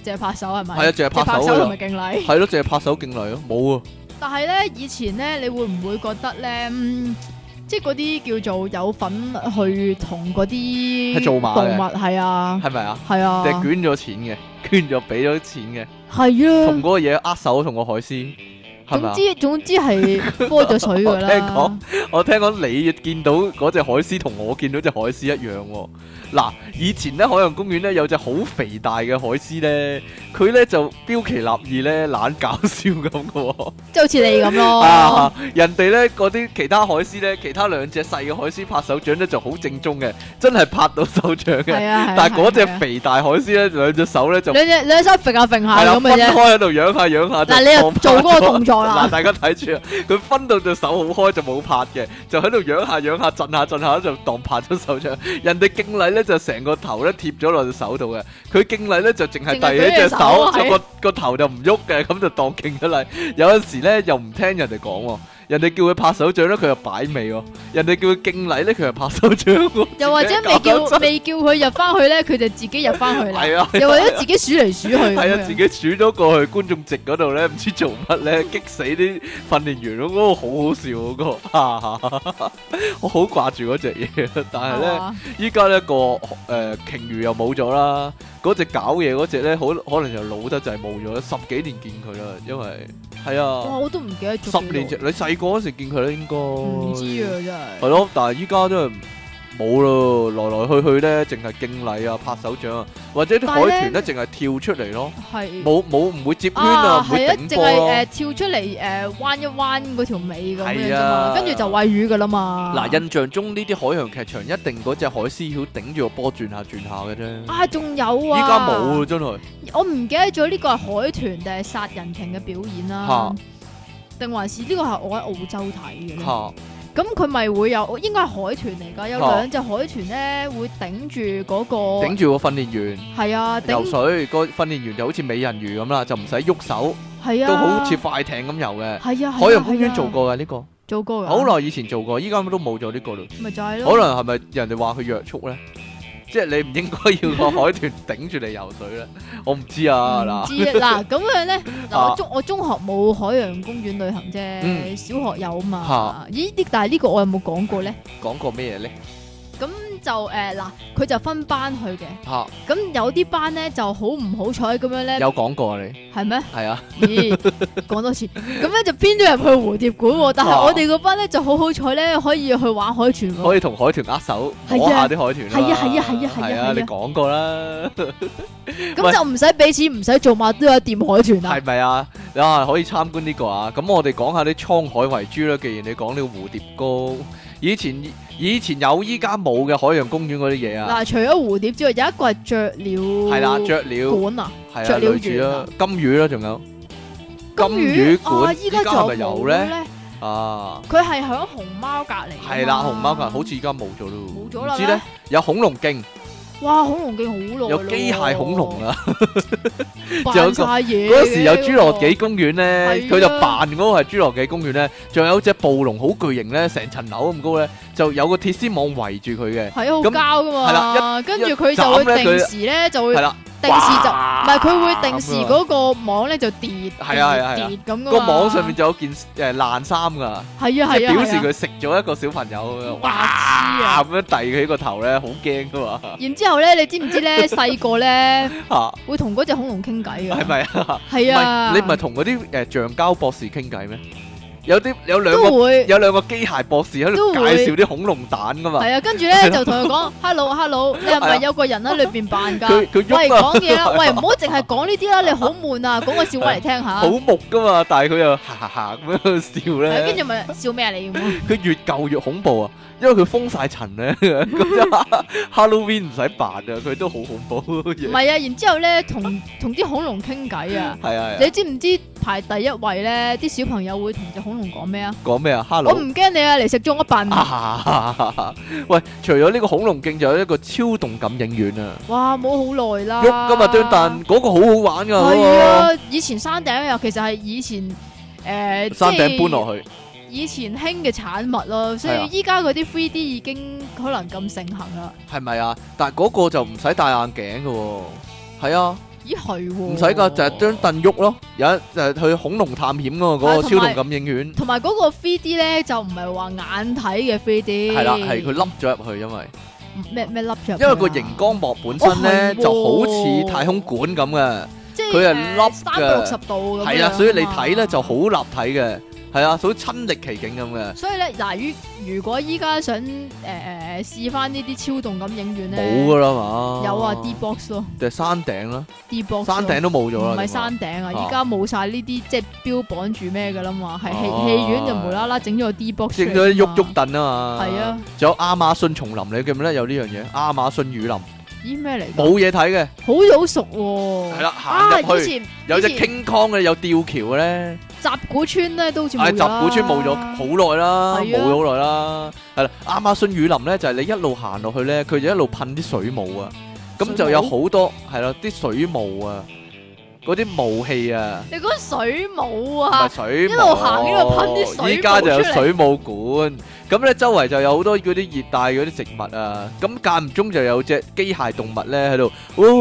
B: 淨係拍手係咪？
A: 係啊淨係拍手㗎啦
B: 同埋敬禮。
A: 係咯，淨係拍手敬禮咯，冇啊，
B: 但係咧，以前咧，你會唔會覺得咧，嗯即係嗰啲叫做有份去同嗰啲
A: 係做馬嘅
B: 動物係啊，
A: 係咪啊？
B: 係啊
A: 定，係捐咗錢嘅， (laughs) 捐咗俾咗錢嘅，
B: 係
A: 同
B: 啊。
A: 嗰個嘢握手，同個海獅，係咪
B: 總
A: 啊？
B: 之總之
A: (laughs)
B: 係開咗水㗎
A: 我
B: 啦，
A: 我聽講你見到嗰只海獅同我見到只海獅一樣喎、嗱，以前咧海洋公園咧有隻好肥大嘅海獅咧，佢咧就標奇立異咧，懶搞笑咁嘅喎。
B: 即係好似你咁咯
A: (laughs) 啊，！人哋咧嗰啲其他海獅咧，其他兩隻細嘅海獅拍手掌咧就好正宗嘅，真係拍到手掌嘅。
B: 係啊，係啊
A: 但係嗰
B: 係
A: 隻
B: 啊
A: 肥大海獅咧，兩隻手咧就
B: 兩隻兩手揈下揈
A: 係
B: 下
A: 啦，
B: 啊咁
A: 分
B: 嘅啫，
A: 開喺度揚下揚下。
B: 嗱你又做嗰個動作啦
A: 嗱，大家睇住啊，佢分到隻手好開就冇拍嘅，就喺度揚下揚下，震下震下就當拍咗手掌。人哋敬禮咧就成個頭咧貼咗落隻手度嘅，佢敬禮咧就淨係
B: 淨係
A: 遞起隻手，
B: 舉隻手
A: 就個個頭就唔喐嘅，咁就當敬咗禮。有陣時咧又唔聽人哋講喎。人哋叫佢拍手掌咧，佢又擺尾喎；人哋叫佢敬禮咧，佢又拍手掌喎。
B: 又或者
A: (laughs)
B: 未
A: 搞
B: 叫
A: 真
B: 未叫佢入翻去咧，佢就自己入翻去啦，
A: (laughs) 係啊，
B: 又或者自己鼠嚟鼠去咁
A: 係啊，
B: 樣
A: 自己鼠咗過去觀眾席嗰度咧，唔知做乜咧， (laughs) 激死啲訓練員咯，嗰、個好好笑嗰、個，哈哈哈哈 (laughs) 我好掛住嗰只嘢， (laughs) 但係
B: 係
A: 咧，
B: 嘛
A: 依家咧個誒、呃、鯨魚又冇咗啦，嗰只搞嘢嗰只咧，好可能就老得滯冇咗，十幾年見佢啦，因為係
B: 哇！
A: 啊，
B: 我都唔記得咗
A: 十
B: 幾
A: 年
B: 耐
A: 前你細個嗰時見佢啦，應該
B: 唔知啊，真係。
A: 係咯，但係依家都係冇咯，來來去去咧，淨係敬禮啊、拍手掌啊，或者啲
B: 但
A: 海
B: 係咧
A: 豚咧，淨係跳出嚟咯。
B: 係
A: 冇冇唔會接圈啊，
B: 啊，
A: 唔會
B: 係啊，
A: 頂
B: 淨
A: 波
B: 係
A: 咯
B: 誒。跳出嚟誒彎一彎嗰條尾咁樣
A: 係
B: 啫
A: 啊
B: 嘛，跟住就餵魚噶啦嘛。
A: 嗱，印象中呢啲海洋劇場一定嗰只海獅曉頂住個波轉下轉下嘅啫。依
B: 啊，仲有啊，
A: 家冇啦，真係
B: 我唔記得咗呢個係海豚定係殺人鯨嘅表演啦
A: 嚇，
B: 定還是呢個係我喺澳洲睇嘅咧？
A: 嚇
B: 咁佢咪會有，應該係海豚嚟㗎，有
A: 嚇
B: 兩隻海豚咧會頂住嗰
A: 頂
B: 個
A: 住個訓練員
B: 係啊，頂
A: 游水，個訓練員就好似美人魚咁啦，就唔使喐手，
B: 係啊，
A: 都好似快艇咁游嘅。
B: 係啊，
A: 海洋公
B: 係
A: 園
B: 啊
A: 做過嘅呢個，
B: 做過㗎，
A: 好耐以前做過，依家都冇咗呢個啦。
B: 咪就係咯，
A: 可能係咪人哋話佢約束咧？即係你唔應該要個海豚頂住你游水咧？我唔知啊
B: 唔
A: 嗱。
B: 知
A: (laughs)
B: 啊嗱，咁樣咧，嗱
A: 啊
B: 我中我中學冇海洋公園旅行
A: 嗯
B: 啫，小學有嘛？咦啲，但係呢個我有冇講過咧？
A: 講過咩嘢咧？
B: 咁就誒嗱，佢就分班去嘅，
A: 嚇
B: 咁有啲班咧就好唔好彩咁樣咧，
A: 有講過啊你
B: 係
A: (laughs)
B: 咩？
A: 係啊。
B: 咦，講多次，咁咧就編咗入去蝴蝶館喎，但
A: 啊
B: 係我哋嗰班咧就好好彩咧，可以去玩海豚喎。
A: 可以同海豚握手，
B: 係啊
A: 摸下啲海豚啦
B: 係啊係啊係啊係啊
A: 係
B: 係啊
A: 你講過啦，喂
B: 咁就唔使俾錢，唔使做乜都有掂海豚啊！
A: 係咪啊？你啊可以參觀呢個啊。咁我哋講下啲滄海遺珠啦。既然你講呢個蝴蝶糕，以前以前有，依家冇嘅海洋公園嗰啲嘢啊，
B: 嗱，除咗蝴蝶之外，有一個係雀鳥
A: 係啦，雀鳥
B: 館啊，
A: 係啊，
B: 雀鳥
A: 類似啦
B: 園，
A: 金魚啦，仲有
B: 金
A: 魚
B: 啊，
A: 館，
B: 依
A: 依
B: 家
A: 家
B: 仲
A: 係咪
B: 有
A: 有
B: 冇
A: 咧？
B: 咧？
A: 啊，
B: 佢係喺熊貓隔離㗎嘛。
A: 係啦，熊貓館好似依家冇咗咯，
B: 冇咗啦
A: 唔知咧
B: 咩
A: 有恐龍徑，
B: 哇，恐龍鏡好耐
A: 有機械恐龍啊。
B: 咯喎，
A: 仲有一個
B: 扮晒嘢
A: (laughs)
B: 嘅
A: 嗰時有
B: 呢個
A: 侏羅紀公園咧，
B: 係啊
A: 佢就扮嗰個係侏羅紀公園咧，仲有隻暴龍好巨型咧，成層樓咁高咧，就有個鐵絲網圍住佢嘅，
B: 係啊
A: 咁
B: 好膠噶
A: 係啦
B: 嘛，跟住佢就
A: 斬咧
B: 會
A: 佢
B: 定時咧就會
A: 係啦，
B: 定時就唔
A: 哇
B: 係佢會定時
A: 咁樣啊
B: 嗰個網咧就跌，
A: 係啊係啊係啊
B: 跌咁噶
A: 個
B: 嘛。
A: 網上面就有件誒爛衫噶，
B: 係
A: 即
B: 啊係
A: 係
B: 啊，
A: 表示
B: 係啊
A: 佢食咗一個小朋友咁樣，
B: 白
A: 哇
B: 痴啊
A: 咁樣遞佢個頭咧，好驚噶嘛 (laughs)
B: 然之後咧，你知唔知咧細個咧
A: 嚇，
B: 會同嗰只恐龍傾偈
A: 係
B: 㗎？ (laughs)
A: 咪啊？唔
B: 係啊，
A: 係你唔係同嗰啲誒橡膠博士傾偈咩？有啲有兩個
B: 都會
A: 有兩個機械博士喺度
B: 都會
A: 介紹啲恐龍蛋 (laughs) 噶嘛，
B: 係啊，跟住
A: 係
B: 咧
A: 咯
B: 就同佢講 hello hello，你係
A: 係啊
B: 咪有個人喺裏邊扮㗎
A: 佢？佢
B: 喂，
A: 喐啊，(laughs)
B: 講嘢啦！喂，唔好淨係講呢啲啦，你好悶啊！講個笑話嚟聽下
A: 好。啊木噶嘛，但係佢又哈哈哈咁樣笑咧。
B: 係跟住咪笑咩啊
A: (laughs)
B: 你？
A: 佢越舊越恐怖啊，因為佢封晒塵咧， (laughs) 咁即 (laughs) Halloween 唔使扮啊，佢都好恐怖
B: 唔
A: 嘢。
B: 係啊，然之後咧同同啲恐龍傾偈啊！
A: (laughs) 係啊，係啊
B: 你知唔知排第一位咧？啲小朋友會同只恐龍講咩啊？
A: 講咩啊
B: 我
A: (laughs) ？Hello
B: 唔驚你啊，嚟食中一笨。
A: 啊！喂，除咗呢個恐龍徑，就有一個超動感影院啊，
B: 哇，冇好耐啦。
A: 喐啊噶嘛張凳，嗰個好好玩噶，
B: 啊係
A: 嗰
B: 啊，以前山頂啊尤其實係以前誒
A: 個山頂搬落去，
B: 去，以前興嘅產物咯，所
A: 係啊
B: 以依家嗰啲 3D 已經可能咁盛行啦。
A: 係咪啊？但係嗰個就唔使戴眼鏡噶喎，係啊，
B: 咦係喎，
A: 唔使噶，就係張凳喐咯。有一就係去恐龍探險嗰個
B: 啊
A: 嗰個
B: 同
A: 超
B: 埋
A: 動感應院，
B: 同埋嗰個 3D 咧就唔係話眼睇嘅 3D，
A: 係啦，係佢凹咗入去，因為
B: 咩啊咩凹入，
A: 因為個熒光幕本身咧
B: 哦係喎
A: 就好似太空館咁嘅，
B: 即係
A: 佢係凹嘅
B: 三百六十度咁樣啊
A: 係啦，
B: 嘛
A: 所以你睇咧就好立體嘅，係啊，好似親歷其境咁嘅，
B: 所以咧，嗱，如如果依家想誒誒試翻呢啲超動感影院咧，
A: 冇噶啦嘛。
B: 有啊 D box 咯
A: 就係山頂啦，
B: ，D box
A: 山頂
B: 咯
A: 都冇咗啦。
B: 唔係
A: 點啊
B: 山頂啊，
A: 啊
B: 依家冇晒呢啲即係標榜住咩噶啦嘛，係
A: 哦
B: 戲戲院就無啦啦整咗個 D box，
A: 整咗啲喐喐，凳啊嘛，
B: 係啊，
A: 仲有亞馬遜叢林，你記唔記得有呢樣嘢？亞馬遜雨林
B: 咦咩嚟㗎？
A: 冇嘢睇嘅，
B: 好早熟喎，
A: 係啦，
B: 哦
A: 行
B: 啊，
A: 入
B: 以
A: 去
B: 前
A: 有隻
B: 以前
A: King Kong 嘅，有吊橋嘅咧，
B: 集古村咧都好似冇
A: 唉，
B: 咗
A: 集
B: 啦
A: 古村冇咗好耐啦，
B: 係
A: 冇
B: 啊
A: 咗好耐啦，係啦，亞馬遜雨林咧就係你一路行落去咧，佢就一路噴啲水霧啊，咁
B: 水
A: 就有
B: 霧
A: 好多係啦，啲水霧啊，嗰啲霧氣啊。
B: 你講水母
A: 唔
B: 啊
A: 係，水
B: 一路行一路噴啲
A: 母
B: 水
A: 依家就有
B: 霧出嚟
A: 水母館，咁咧周圍就有好多嗰啲熱帶嗰啲植物啊，咁間唔中就有隻機械動物咧喺度，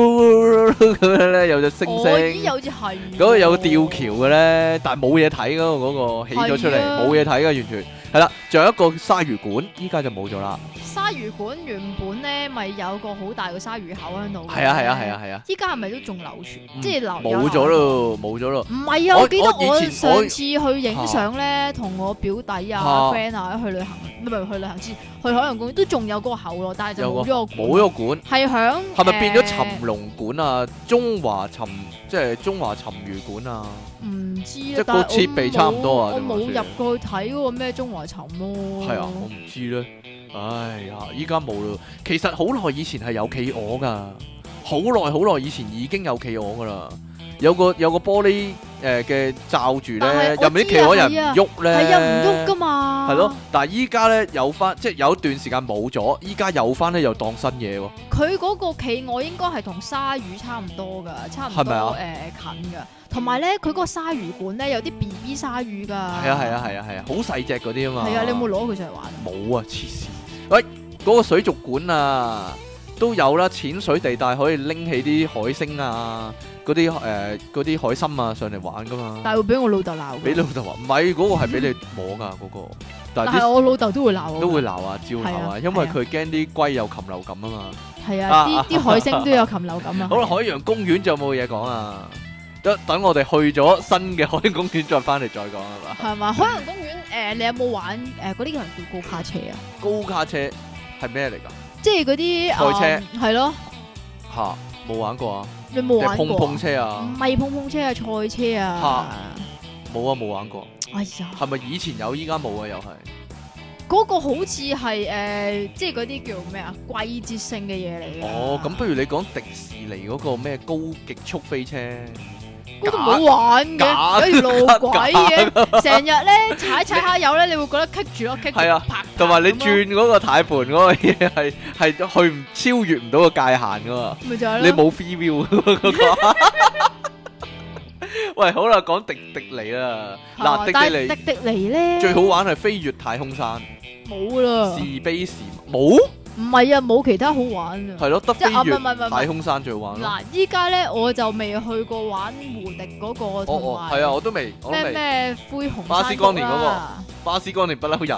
A: 咁樣咧有隻猩
B: 我咦
A: 猩，
B: 有似係喎
A: 嗰個有吊橋嘅咧，但係冇嘢睇嗰個嗰個起咗出嚟，
B: 係啊
A: 冇嘢睇嘅完全係啦，仲有一個鯊魚館，依家就冇咗啦，
B: 鯊魚館原本咧咪有個好大個鯊魚口喺度。
A: 係啊係啊係啊。係啊，
B: 依哦家係咪都仲流傳？
A: 嗯
B: 即係流
A: 冇咗。咯，冇咗咯，
B: 有流傳唔係啊！
A: 我
B: 我記得
A: 我以
B: 我
A: 前
B: 上
A: 我
B: 次去影相咧，同我表弟
A: 啊
B: 啊、friend 啊去旅行，唔係唔係去旅行先，去海洋公園都仲有嗰個口咯，但係就
A: 有個
B: 冇咗個
A: 冇咗個館。
B: 係響
A: 係咪變咗
B: 誒
A: 尋龍館啊？中華尋即係中華尋魚館啊？
B: 唔知啊，
A: 係個
B: 但係我
A: 設備差唔多啊
B: 冇我
A: 定話
B: 冇
A: 算
B: 入過去睇嗰個咩中華沉咯。
A: 係啊，我唔知咧。哎呀，依家冇啦。其實好耐以前係有企鵝噶，好耐好耐以前已經有企鵝噶啦。有個有個玻璃誒嘅罩住
B: 但
A: 咧，
B: 係
A: 入
B: 我
A: 面啲
B: 知
A: 企
B: 啊
A: 鵝人
B: 係啊
A: 唔喐咧，
B: 係啊，唔喐噶嘛。
A: 係咯，，但係依家咧有翻，即係有一段時間冇咗，依家有翻咧又當新嘢喎。
B: 佢嗰個企鵝應該係同鯊魚差唔多噶，差唔
A: 係咪
B: 多誒、
A: 啊
B: 近噶。同埋咧，佢嗰個鯊魚館咧有啲 B B 鯊魚噶。係
A: 係啊係啊係啊係啊，好細只嗰啲啊嘛。
B: 係啊，你有冇攞佢上嚟玩？
A: 冇啊，黐線！喂，嗰、個水族館啊，都有啦，淺水地帶可以拎起啲海星啊，嗰啲誒嗰啲海參啊上嚟玩噶嘛。
B: 但係會俾我老豆鬧㗎。
A: 俾老豆話唔係，嗰、個係俾你摸噶嗰、個，但
B: 但
A: 係
B: 係我老豆都會鬧
A: 啲
B: 我。
A: 都會鬧啊，照鬧
B: 係
A: 啊，
B: 啊
A: 因為
B: 係啊
A: 佢驚啲龜有禽流感啊嘛。
B: 係
A: 啊
B: 啊，啲啲海星都有禽流感啊。
A: 好啦，海洋公園仲有冇嘢講啊？等等我哋去咗新嘅海洋公園再翻嚟再講係嘛？
B: 係嘛？海洋公園誒、你有冇玩誒嗰啲人叫高卡車啊？
A: 高架車係咩嚟㗎？
B: 即係嗰啲
A: 賽
B: 誒係咯，
A: 嚇，冇玩過啊？
B: 你冇
A: 定係
B: 玩過
A: 碰
B: 啊？
A: 碰車啊？
B: 唔係碰碰車啊，賽車啊！
A: 冇啊，冇玩過。
B: 哎呀〜
A: 係咪以前有，依家冇啊？又係
B: 嗰個好似係誒，即係嗰啲叫咩啊？季節性嘅嘢嚟嘅。
A: 哦，咁不如你講迪士尼嗰個咩高極速飛車，
B: 嗰度冇玩
A: 假
B: 嘅，哎有條路軌嘅，成日咧踩一踩下油咧，你會覺得棘住咯，棘住
A: 係啊，
B: 拍
A: 同埋你
B: 拍咁咯
A: 轉嗰個軚盤嗰個嘢係係去唔超越唔到個界限噶嘛，
B: 咪就啊係咯。
A: 你冇 free view 嗰個。
B: (laughs)
A: 喂，好啦，講迪迪尼啦，
B: 係嘛
A: 嗱，
B: 哦但
A: 迪
B: 係
A: 迪
B: 迪迪尼咧
A: 尼最好玩係飛越太空山，
B: 冇啦
A: 是，悲是冇，
B: 唔係啊，冇其他好玩啊。
A: 係咯，得
B: 即
A: 飛
B: 係啊，唔係唔
A: 越
B: 係唔
A: 太
B: 係。
A: 空山最好玩咯。
B: 嗱，依家咧我就未去過玩胡迪嗰個，
A: 哦
B: 同
A: 哦，係啊，
B: 埋
A: 我都未，我都
B: 咩
A: 未，
B: 咩灰熊
A: 巴斯光年嗰個
B: 山
A: 巴斯光年不嬲有。
B: 谷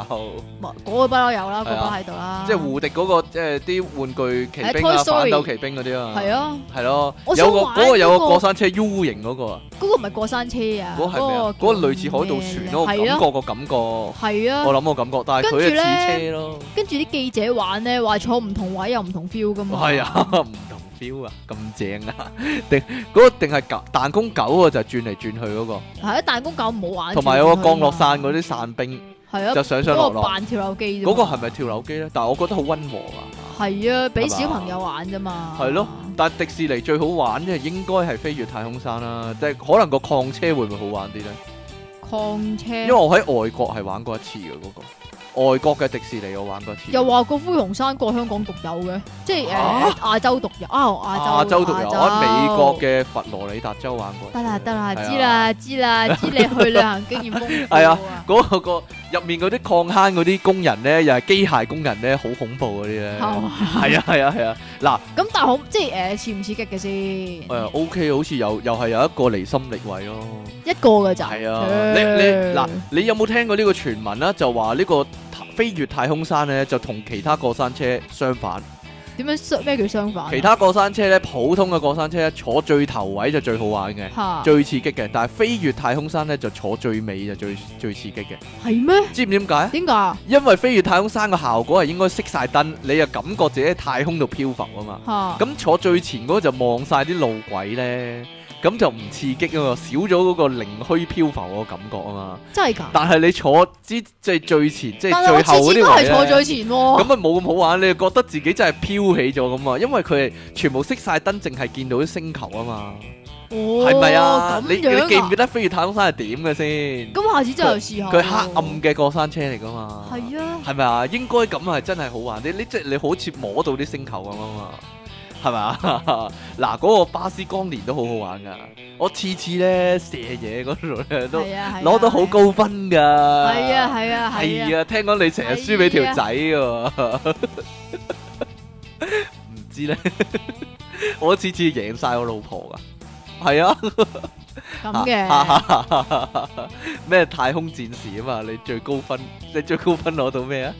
B: 啊，嗰個不嬲有啦，嗰
A: 係
B: 個
A: 啊
B: 喺度啦。
A: 即係胡迪嗰、個即係啲玩具奇兵啊、
B: 係，Toy Story
A: 反斗奇兵嗰啲啊，
B: 係，啊。
A: 係咯，
B: 我想
A: 有個
B: 玩
A: 嗰個有個
B: 嗰個
A: 過山車 U 型嗰個啊，
B: 嗰個唔係過山車
A: 嗰
B: 啊，
A: 個係咩啊？
B: 嗰
A: 嗰
B: 個
A: 個類似海盜船咯，我
B: 係
A: 感
B: 啊，
A: 覺個感覺，我
B: 係啊。
A: 諗個感覺，但係佢
B: 跟
A: 係
B: 住呢
A: 似車咯，
B: 跟住啲記者玩咧，話坐唔同位有唔同 feel 噶嘛。
A: 係啊， (laughs) 唔同 feel 啊，咁正啊， (laughs) 定嗰個定係狗彈弓狗啊，就轉嚟轉去嗰個，
B: 係啊，彈弓狗唔好玩。
A: 同埋有個降落傘嗰啲散兵
B: 啲，係啊，
A: 就上上落
B: 啊嗰個
A: 落，
B: 扮跳樓機啫嘛。
A: 嗰個係咪跳樓機咧？但係我覺得好温和啊。
B: 係啊，俾小朋友玩啫嘛。
A: 係咯但迪士尼最好玩嘅應該係飛越太空山啦，即係可能個礦車會唔會好玩啲呢？
B: 礦車，
A: 因為我喺外國係玩過一次嘅嗰、個，外國嘅迪士尼我玩過一次，
B: 又話個灰熊山個香港獨有嘅，即係
A: 啊
B: 誒亞洲獨有啊，
A: 亞
B: 亞
A: 洲
B: 洲
A: 獨有，
B: 亞
A: 我喺美國嘅佛羅里達州玩過一次。
B: 得啦得啦，
A: 係啊
B: 知啦知啦，知你去旅行經驗豐富
A: 係啊 (laughs) 嗰個個入面嗰啲礦坑嗰啲工人咧，又係機械工人咧，好恐怖嗰啲咧。
B: 係嘛
A: 係啊係啊係啊，嗱
B: 咁但係好即係誒刺唔刺激嘅先？
A: 誒 O K，好似有又係有一個離心力位咯。
B: 一個嘅咋？
A: 係啊，你你嗱，你有冇聽過呢個傳聞啦？就話呢個太飛越太空山咧，就同其他過山車相反。
B: 點樣相咩叫相反啊？
A: 其他過山車咧，普通嘅過山車坐最頭位就最好玩嘅。
B: 嚇
A: 最刺激嘅，但係飛越太空山咧就坐最尾就最最刺激嘅，
B: 係咩？
A: 知唔知點解？
B: 點解啊？
A: 因為飛越太空山嘅效果係應該熄晒燈，你又感覺自己喺太空度漂浮啊嘛。
B: 嚇
A: 咁坐最前嗰個就望晒啲路軌咧，咁就唔刺激啊嘛，少咗嗰個零虛漂浮嗰個感覺啊嘛。
B: 真係㗎？
A: 但係你坐之即係最前，即
B: 但
A: 係
B: 係
A: 最
B: 我
A: 後嗰
B: 次次都
A: 啲位
B: 係坐
A: 咧
B: 最。前喎
A: 咁。咪冇咁好玩，你就覺得自己真係飄起咗咁啊！因為佢係全部熄晒燈，淨係見到啲星球啊嘛，
B: 哦
A: 係咪啊？
B: 咁
A: 你
B: 樣
A: 你記唔記
B: 得？
A: 得飛越太空山係點嘅先？
B: 咁下次真係又試下。
A: 佢黑暗。嘅過山車嚟噶嘛？
B: 係啊，
A: 係咪啊？應該咁係真係好玩啲，你即係你好似摸到啲星球咁啊嘛，係咪啊？ (laughs) 嗱，嗰個巴斯光年都好好玩噶，我次次咧射嘢嗰度咧都
B: 係啊，係啊
A: 攞到好。高分噶。
B: 係啊，係啊，係
A: 係
B: 啊。
A: 啊，聽講你成日輸俾條仔喎， (laughs) 唔知咧， (laughs) 我次次贏晒我老婆噶，係啊。
B: 咁嘅。
A: 嘅。 (laughs) 咩太空戰士啊嘛？你最高分，你最高分攞到咩啊？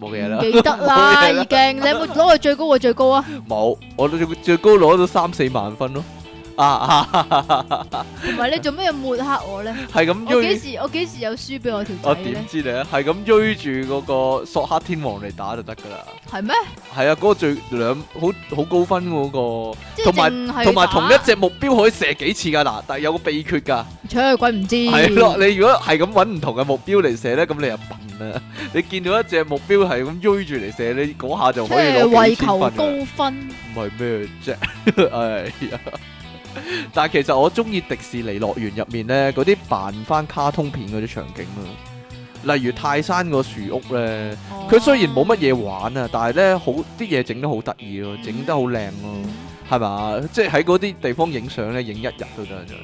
A: 冇嘢啦
B: 唔，記得
A: 冇
B: 啦，
A: 嘢啦
B: 已經。你有冇攞佢最高嘅最高啊？
A: 冇，我最最高攞到三四萬分咯。啊啊， (laughs)
B: 同埋你做咩要抹黑我咧？
A: 係咁
B: 我幾
A: 追，
B: 時我幾時有輸俾我條仔
A: 我
B: 咧
A: 點？知你啊？係咁追住嗰個索克天王嚟打就得噶啦。
B: 係咩？
A: 係啊，嗰個最兩好好高分嗰個，
B: 即係
A: 同埋
B: 淨係
A: 同埋同
B: 打
A: 一隻目標可以射幾次噶嗱，但係有個秘訣㗎。
B: 切鬼唔知。
A: 係咯，你如果係咁揾唔同嘅目標嚟射咧，咁你就笨啦。 (laughs) 你見到一隻目標係咁追住嚟射，你嗰下就
B: 即
A: 可以
B: 係
A: 攞
B: 為
A: 幾千
B: 求
A: 分㗎啦
B: 高分，
A: 唔係咩啫？ (laughs) 哎呀！但係其實我中意迪士尼樂園入面咧，嗰啲扮翻卡通片嗰啲場景啊，例如泰山個樹屋咧，
B: Ờ.
A: 佢雖然冇乜嘢玩啊，但係咧好啲嘢整得好得意咯，整得好靚咯，係嘛？即係喺嗰啲地方影相咧，影一日都得，真係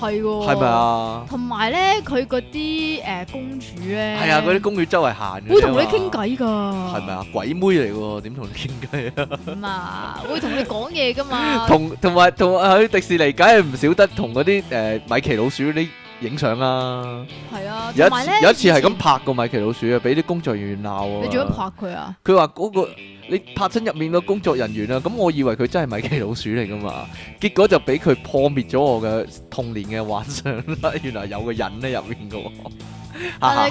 B: 係喎，
A: 係咪？啊？
B: 同埋咧，佢嗰啲誒公主咧，
A: 係啊，嗰啲公園周圍行嘅啫嘛，
B: 會同你傾偈㗎，
A: 係
B: 係
A: 咪？啊？鬼妹嚟喎，點同你傾偈啊？
B: 咁啊，會同你講嘢㗎嘛，
A: 同同埋同去迪士尼，梗係唔少得同嗰啲誒米奇老鼠嗰啲影相啦。
B: 係啊，
A: 有一
B: 同埋
A: 次
B: 咧
A: 有一次係咁，拍個米奇老鼠啊，俾啲工作人員鬧啊。
B: 你做乜？拍佢啊？
A: 佢話嗰個你拍親入面個工作人員啊，咁我以為佢真係米奇老鼠嚟噶嘛，結果就俾佢破滅咗我嘅童年嘅幻想啦。原來有個人喺入面噶
B: 但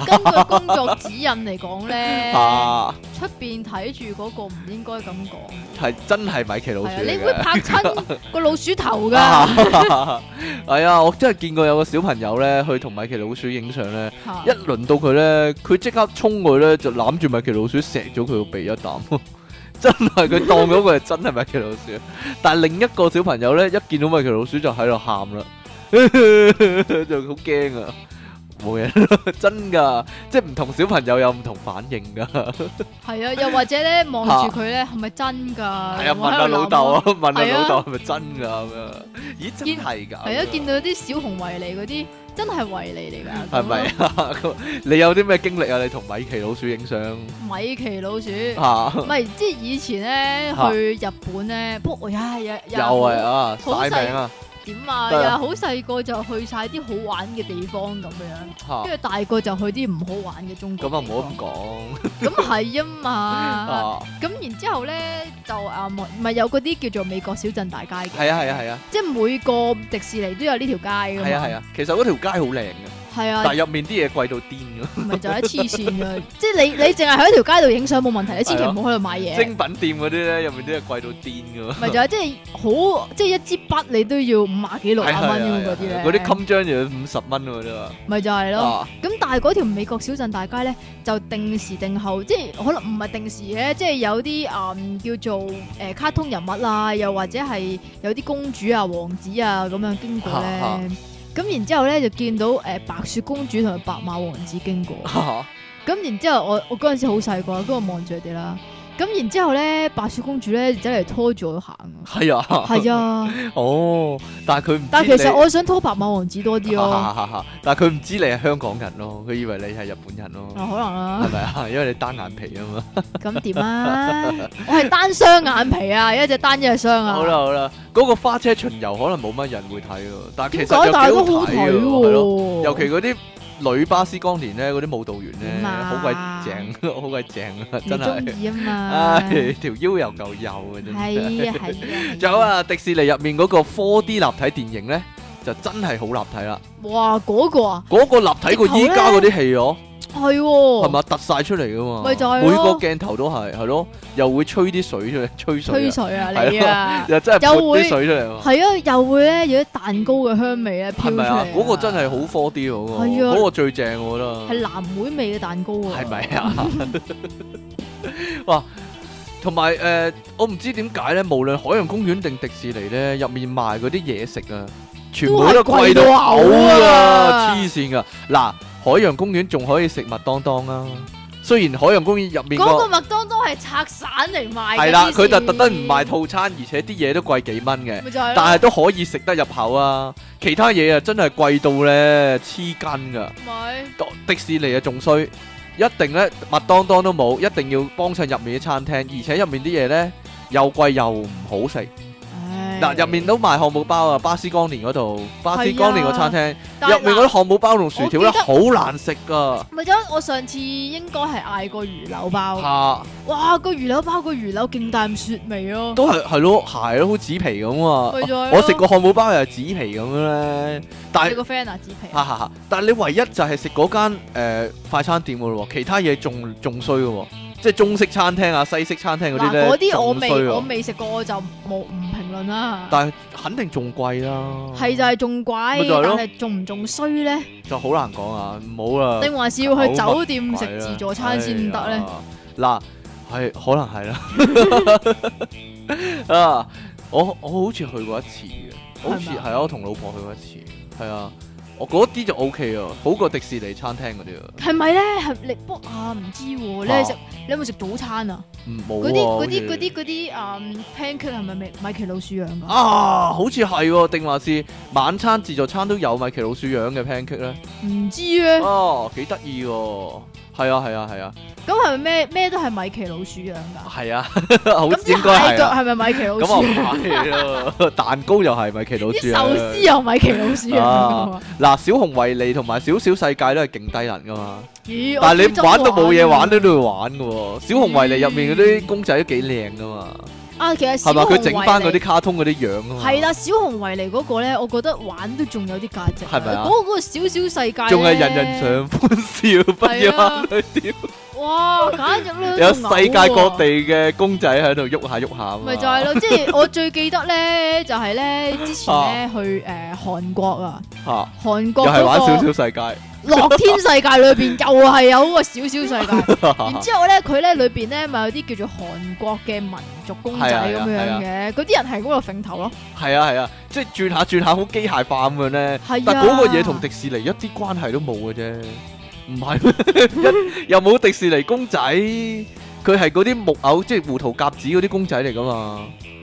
A: 喎。 (laughs)
B: 係根據工作指引嚟講咧，
A: 啊，
B: 出邊睇住嗰個唔應該咁講，
A: 係真係米奇老
B: 係
A: 鼠
B: 啊，
A: 嚟
B: 你
A: 嘅
B: 會。拍親
A: (laughs)
B: 個老鼠頭㗎，
A: 啊， (laughs) 係啊，我真係見過有個小朋友咧，去同米奇老鼠影相咧，
B: 嚇
A: 一輪到佢咧，佢即刻衝過去咧，就攬住米奇老鼠錫咗佢個鼻一啖， (laughs) 真係佢當咗佢係真係米奇老鼠。但係另一個小朋友咧，一見到米奇老鼠就喺度喊啦， (laughs) 就好驚啊！冇嘢啦， (laughs) 真噶，即係唔同小朋友有唔同反應噶。
B: 係啊，又或者咧望住佢咧係咪真㗎？係
A: 啊係啊， (laughs) 問下老豆啊，問下
B: 係啊
A: 老豆係咪真噶咁樣？咦，真係噶？
B: 系啊，見到啲小熊維尼嗰啲真係維尼嚟㗎，
A: 係咪 (laughs) 啊？你有啲咩經歷啊？你同米奇老鼠影相
B: 咁樣？米奇老鼠，唔
A: 嚇，
B: 係即係以前咧
A: 嚇
B: 去日本咧，不過哎呀又
A: 啊又係
B: 好
A: 啊，
B: 好
A: 晒命啊
B: 點啊，
A: 得
B: 又
A: 啦
B: 好細個就去晒啲好玩嘅地方咁樣，
A: 嚇，
B: 跟住大個就去啲唔好玩嘅中國。
A: 咁啊啊唔好
B: 咁，咁 (laughs) 係啊
A: (laughs) 咁
B: 嘛。
A: 講
B: 咁然之後咧就啊，唔係有嗰啲叫做美國小鎮大街嘅，
A: 係啊係啊係啊
B: 即係每個迪士尼都有呢條街㗎嘛。
A: 係啊係啊，其實嗰條街好靚嘅，
B: 係啊
A: 但， (laughs) 係入面啲嘢貴到
B: (laughs)
A: 癲㗎，
B: 咪就係黐線嘅，即係你你淨係喺條街度影相冇問題，你千祈唔好喺度買嘢。
A: 精品店嗰啲咧，入面啲嘢貴到癲㗎。
B: 咪就係即係好，即係一支筆你都要五啊幾六啊蚊咁嗰啲咧。
A: 嗰啲襟章就要五十蚊喎啫嘛，
B: 咪就係咯。
A: 啊
B: 咁但係嗰條美國小鎮大街咧，就定時定候，即係可能唔係定時嘅，即係有啲嗯叫做誒卡通人物啊，又或者係有啲公主啊、王子啊咁樣經過
A: 嚇嚇啊
B: 咧。咁然之後咧就見到誒白雪公主同埋白馬王子經過。咁然之後我我嗰阵时好細個，咁我望住佢哋啦。咁然之後咧，白雪公主咧就走嚟拖住我行
A: (laughs)
B: 啊。
A: 係
B: (laughs)
A: 啊，
B: 係啊，
A: 哦，但係佢唔
B: 但
A: 知
B: 系其實
A: 你- (laughs)
B: 我想拖白馬王子多啲咯。
A: 但係佢唔知你係香港人咯，佢以為你係日本人咯，
B: 啊，可能啦，
A: 係咪啊？因為你單眼皮啊嘛。
B: 咁點啊？
A: (laughs)
B: 我係單雙眼皮啊，一隻單一隻雙啊。
A: 好啦，好啦，嗰個花車巡遊可能冇
B: 點
A: 乜人會睇喎，但係其實
B: 解？
A: 又
B: 但係都
A: 幾好
B: 好
A: 睇
B: 睇
A: 喎，
B: 喎。
A: 係咯，尤其嗰啲女巴斯光年呢，嗰啲舞蹈員呢，
B: 哦點啊？
A: 好鬼正， (laughs)
B: (laughs)
A: 好鬼正啊，真係。
B: 你中意啊嘛。
A: 唉，條腰又夠幼啊，真係。
B: 係啊係啊。
A: 仲有！啊，迪士尼入面嗰個 4D 立體電影咧，就真係好立體啦！
B: 哇，嗰個啊，
A: 嗰、個立體過依家嗰啲戲哦，
B: 係
A: 係
B: 喎。
A: 咪突晒出嚟噶嘛？
B: 咪就係咯
A: 每個鏡頭都係係咯，又會吹啲水出嚟，吹水
B: 吹
A: 啊
B: 水啊你啊！
A: 又真係
B: 又
A: 潑
B: 會
A: 啲水出嚟啊嘛！
B: 係啊，又會咧有啲蛋糕嘅香味咧
A: 係
B: 飄出
A: 咪啊？
B: 嚟。
A: 嗰個真係好 4D 嗰個，
B: 係啊
A: 嗰個最正我覺
B: 係
A: 得，
B: 藍莓味嘅蛋糕啊！
A: 係咪？啊？ (laughs) 哇！同埋誒，我唔知點解咧，無論海洋公園定迪士尼咧，入面賣嗰啲嘢食啊，全部都貴到嘔啊！黐線噶！嗱，海洋公園仲可以食麥當當啊，雖然海洋公園入面
B: 嗰個
A: 個
B: 麥當當係拆散嚟賣嘅。
A: 係啦，
B: 黐線
A: 佢就特登唔賣，套餐，而且啲嘢都貴幾蚊嘅，
B: 咪就係咯
A: 但係都可以食得入口啊。其他嘢啊，真係貴到咧黐筋噶。
B: 咪
A: 迪士尼啊仲衰，一定咧麥當當都冇，一定要幫襯入面啲餐廳，而且入面啲嘢咧又貴又唔好食。
B: 唉
A: 嗱，入面都賣漢堡包啊，巴斯光年嗰度，巴斯光年個餐廳
B: 但係
A: 入面嗰啲
B: 嗱
A: 漢堡包同薯條咧
B: 我記得
A: 好難食噶，
B: 咪就係我上次應該係嗌過魚柳包，
A: 嚇
B: 哇個魚柳包個魚柳勁淡雪味咯，
A: 都係係咯，鞋咯好紙皮咁
B: 咪就
A: 啊！
B: 係咯
A: 我食過漢堡包又係紙皮咁咧，但
B: 你
A: 係
B: 個 friend 啊紙皮
A: 哈哈哈！但係你唯一就係食嗰間誒快餐店噶咯喎，其他嘢仲仲衰噶喎，即係中式餐廳啊、西式餐廳嗰啲
B: 嗱
A: 咧，
B: 嗰啲我
A: 仲衰
B: 未
A: 喎
B: 我未食過我就冇唔評論啦，
A: 但係肯定仲貴啦，
B: 係就係仲
A: 咪
B: 貴，
A: 就係咯
B: 但係仲唔仲衰咧？
A: 就好難講啊，唔好啦。
B: 定還是要去
A: 口啊
B: 酒店食自助餐先得咧？
A: 哎呀嗱，係可能係啦。 (laughs) 啊，我我好似去過一次嘅，好似
B: 係嘛
A: 係啊，我同老婆去過一次，係啊。我嗰啲就 O K 啊，好過迪士尼餐廳嗰啲啊，
B: 係咪咧？係你不啊唔知喎，你係食你有冇食早餐啊？
A: 唔冇
B: 嗰
A: 啊
B: 啲嗰
A: 好
B: 啲
A: 似
B: 嗰啲嗰啲嗯 pancake 係咪米米奇老鼠樣噶？
A: 啊，好似係喎，定還是晚餐自助餐都有米奇老鼠樣嘅 pancake 咧？
B: 唔知咧，
A: 哦，幾得意喎！係啊，係啊，係啊，
B: 咁係咪咩咩都係米奇老鼠樣噶？
A: 係啊， (laughs) 好
B: 咁啲
A: 應該
B: 蟹
A: 係
B: 腳
A: 啊。
B: 係咪米奇老
A: 咁
B: 鼠
A: 我
B: 樣？
A: 唔係咯，蛋糕又係米奇老
B: 啲
A: 鼠啊啊
B: 壽司又米奇老鼠啊樣㗎嘛
A: 嗱，小熊維尼同埋小小世界都係勁低能噶嘛，
B: 咦，
A: 但係
B: 係
A: 你玩到冇嘢玩都都會玩噶喎。小
B: 嗯
A: 熊維尼入面嗰啲公仔都幾靚噶嘛，
B: 啊！其實小
A: 係
B: 熊
A: 咪？
B: 維
A: 佢
B: 尼
A: 整翻嗰啲卡通嗰啲樣啊嘛，
B: 係啦，小熊維尼嗰個咧，我覺得玩都仲有啲價值。
A: 係咪啊
B: 嗰個嗰個小小世界呢
A: 仲係人人上歡笑，不
B: 啊係啊
A: 要眼淚掉。
B: 哇，簡直咧
A: 有世界各地。嘅公仔喺度喐下喐下啊嘛
B: 啊咪就係咯，即係我最記得咧，就係咧之前咧去誒韓國啊，
A: 嚇
B: 韓
A: 啊又
B: 國
A: 係玩小
B: 嗰
A: 小
B: 個
A: 世界，
B: 樂天世界裏邊又係有嗰個小小世界。然之後咧，佢咧裏邊咧咪有啲叫做韓國嘅民族公仔
A: 係啊係
B: 咁
A: 啊
B: 樣嘅，嗰啲人係咁喺度揈頭咯，
A: 係啊係啊，即係轉下轉下好機械化咁樣咧。
B: 係啊。
A: 但嗰個嘢同迪士尼一啲關係都冇嘅啫，唔係咩 (laughs) 一又冇迪士尼公仔，佢係嗰啲木偶即係胡桃夾子嗰啲公仔嚟噶
B: 哎
A: 嘛？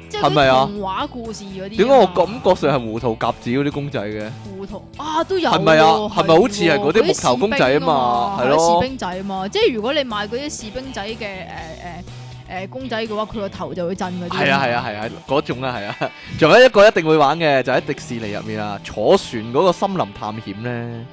B: 即係
A: 係咪啊
B: 嗰啲童話故事嗰啲啊嘛。
A: 點解我感覺上係胡桃夾子嗰啲公仔嘅？
B: 糊塗啊？都有
A: 係咪啊
B: 喎
A: 係咪好似係嗰啲
B: 喎
A: 木頭公仔啊嘛
B: 嗰啲
A: 係咯
B: 士兵仔啊嘛。即係如果你買嗰啲士兵仔嘅誒誒誒公仔嘅話，佢個頭就會震嗰啲。
A: 係啊係啊。係啊，嗰種啊係啊。 (laughs) 仲有一個一定會玩嘅，就喺迪士尼入面啊，坐船嗰個森林探險咧。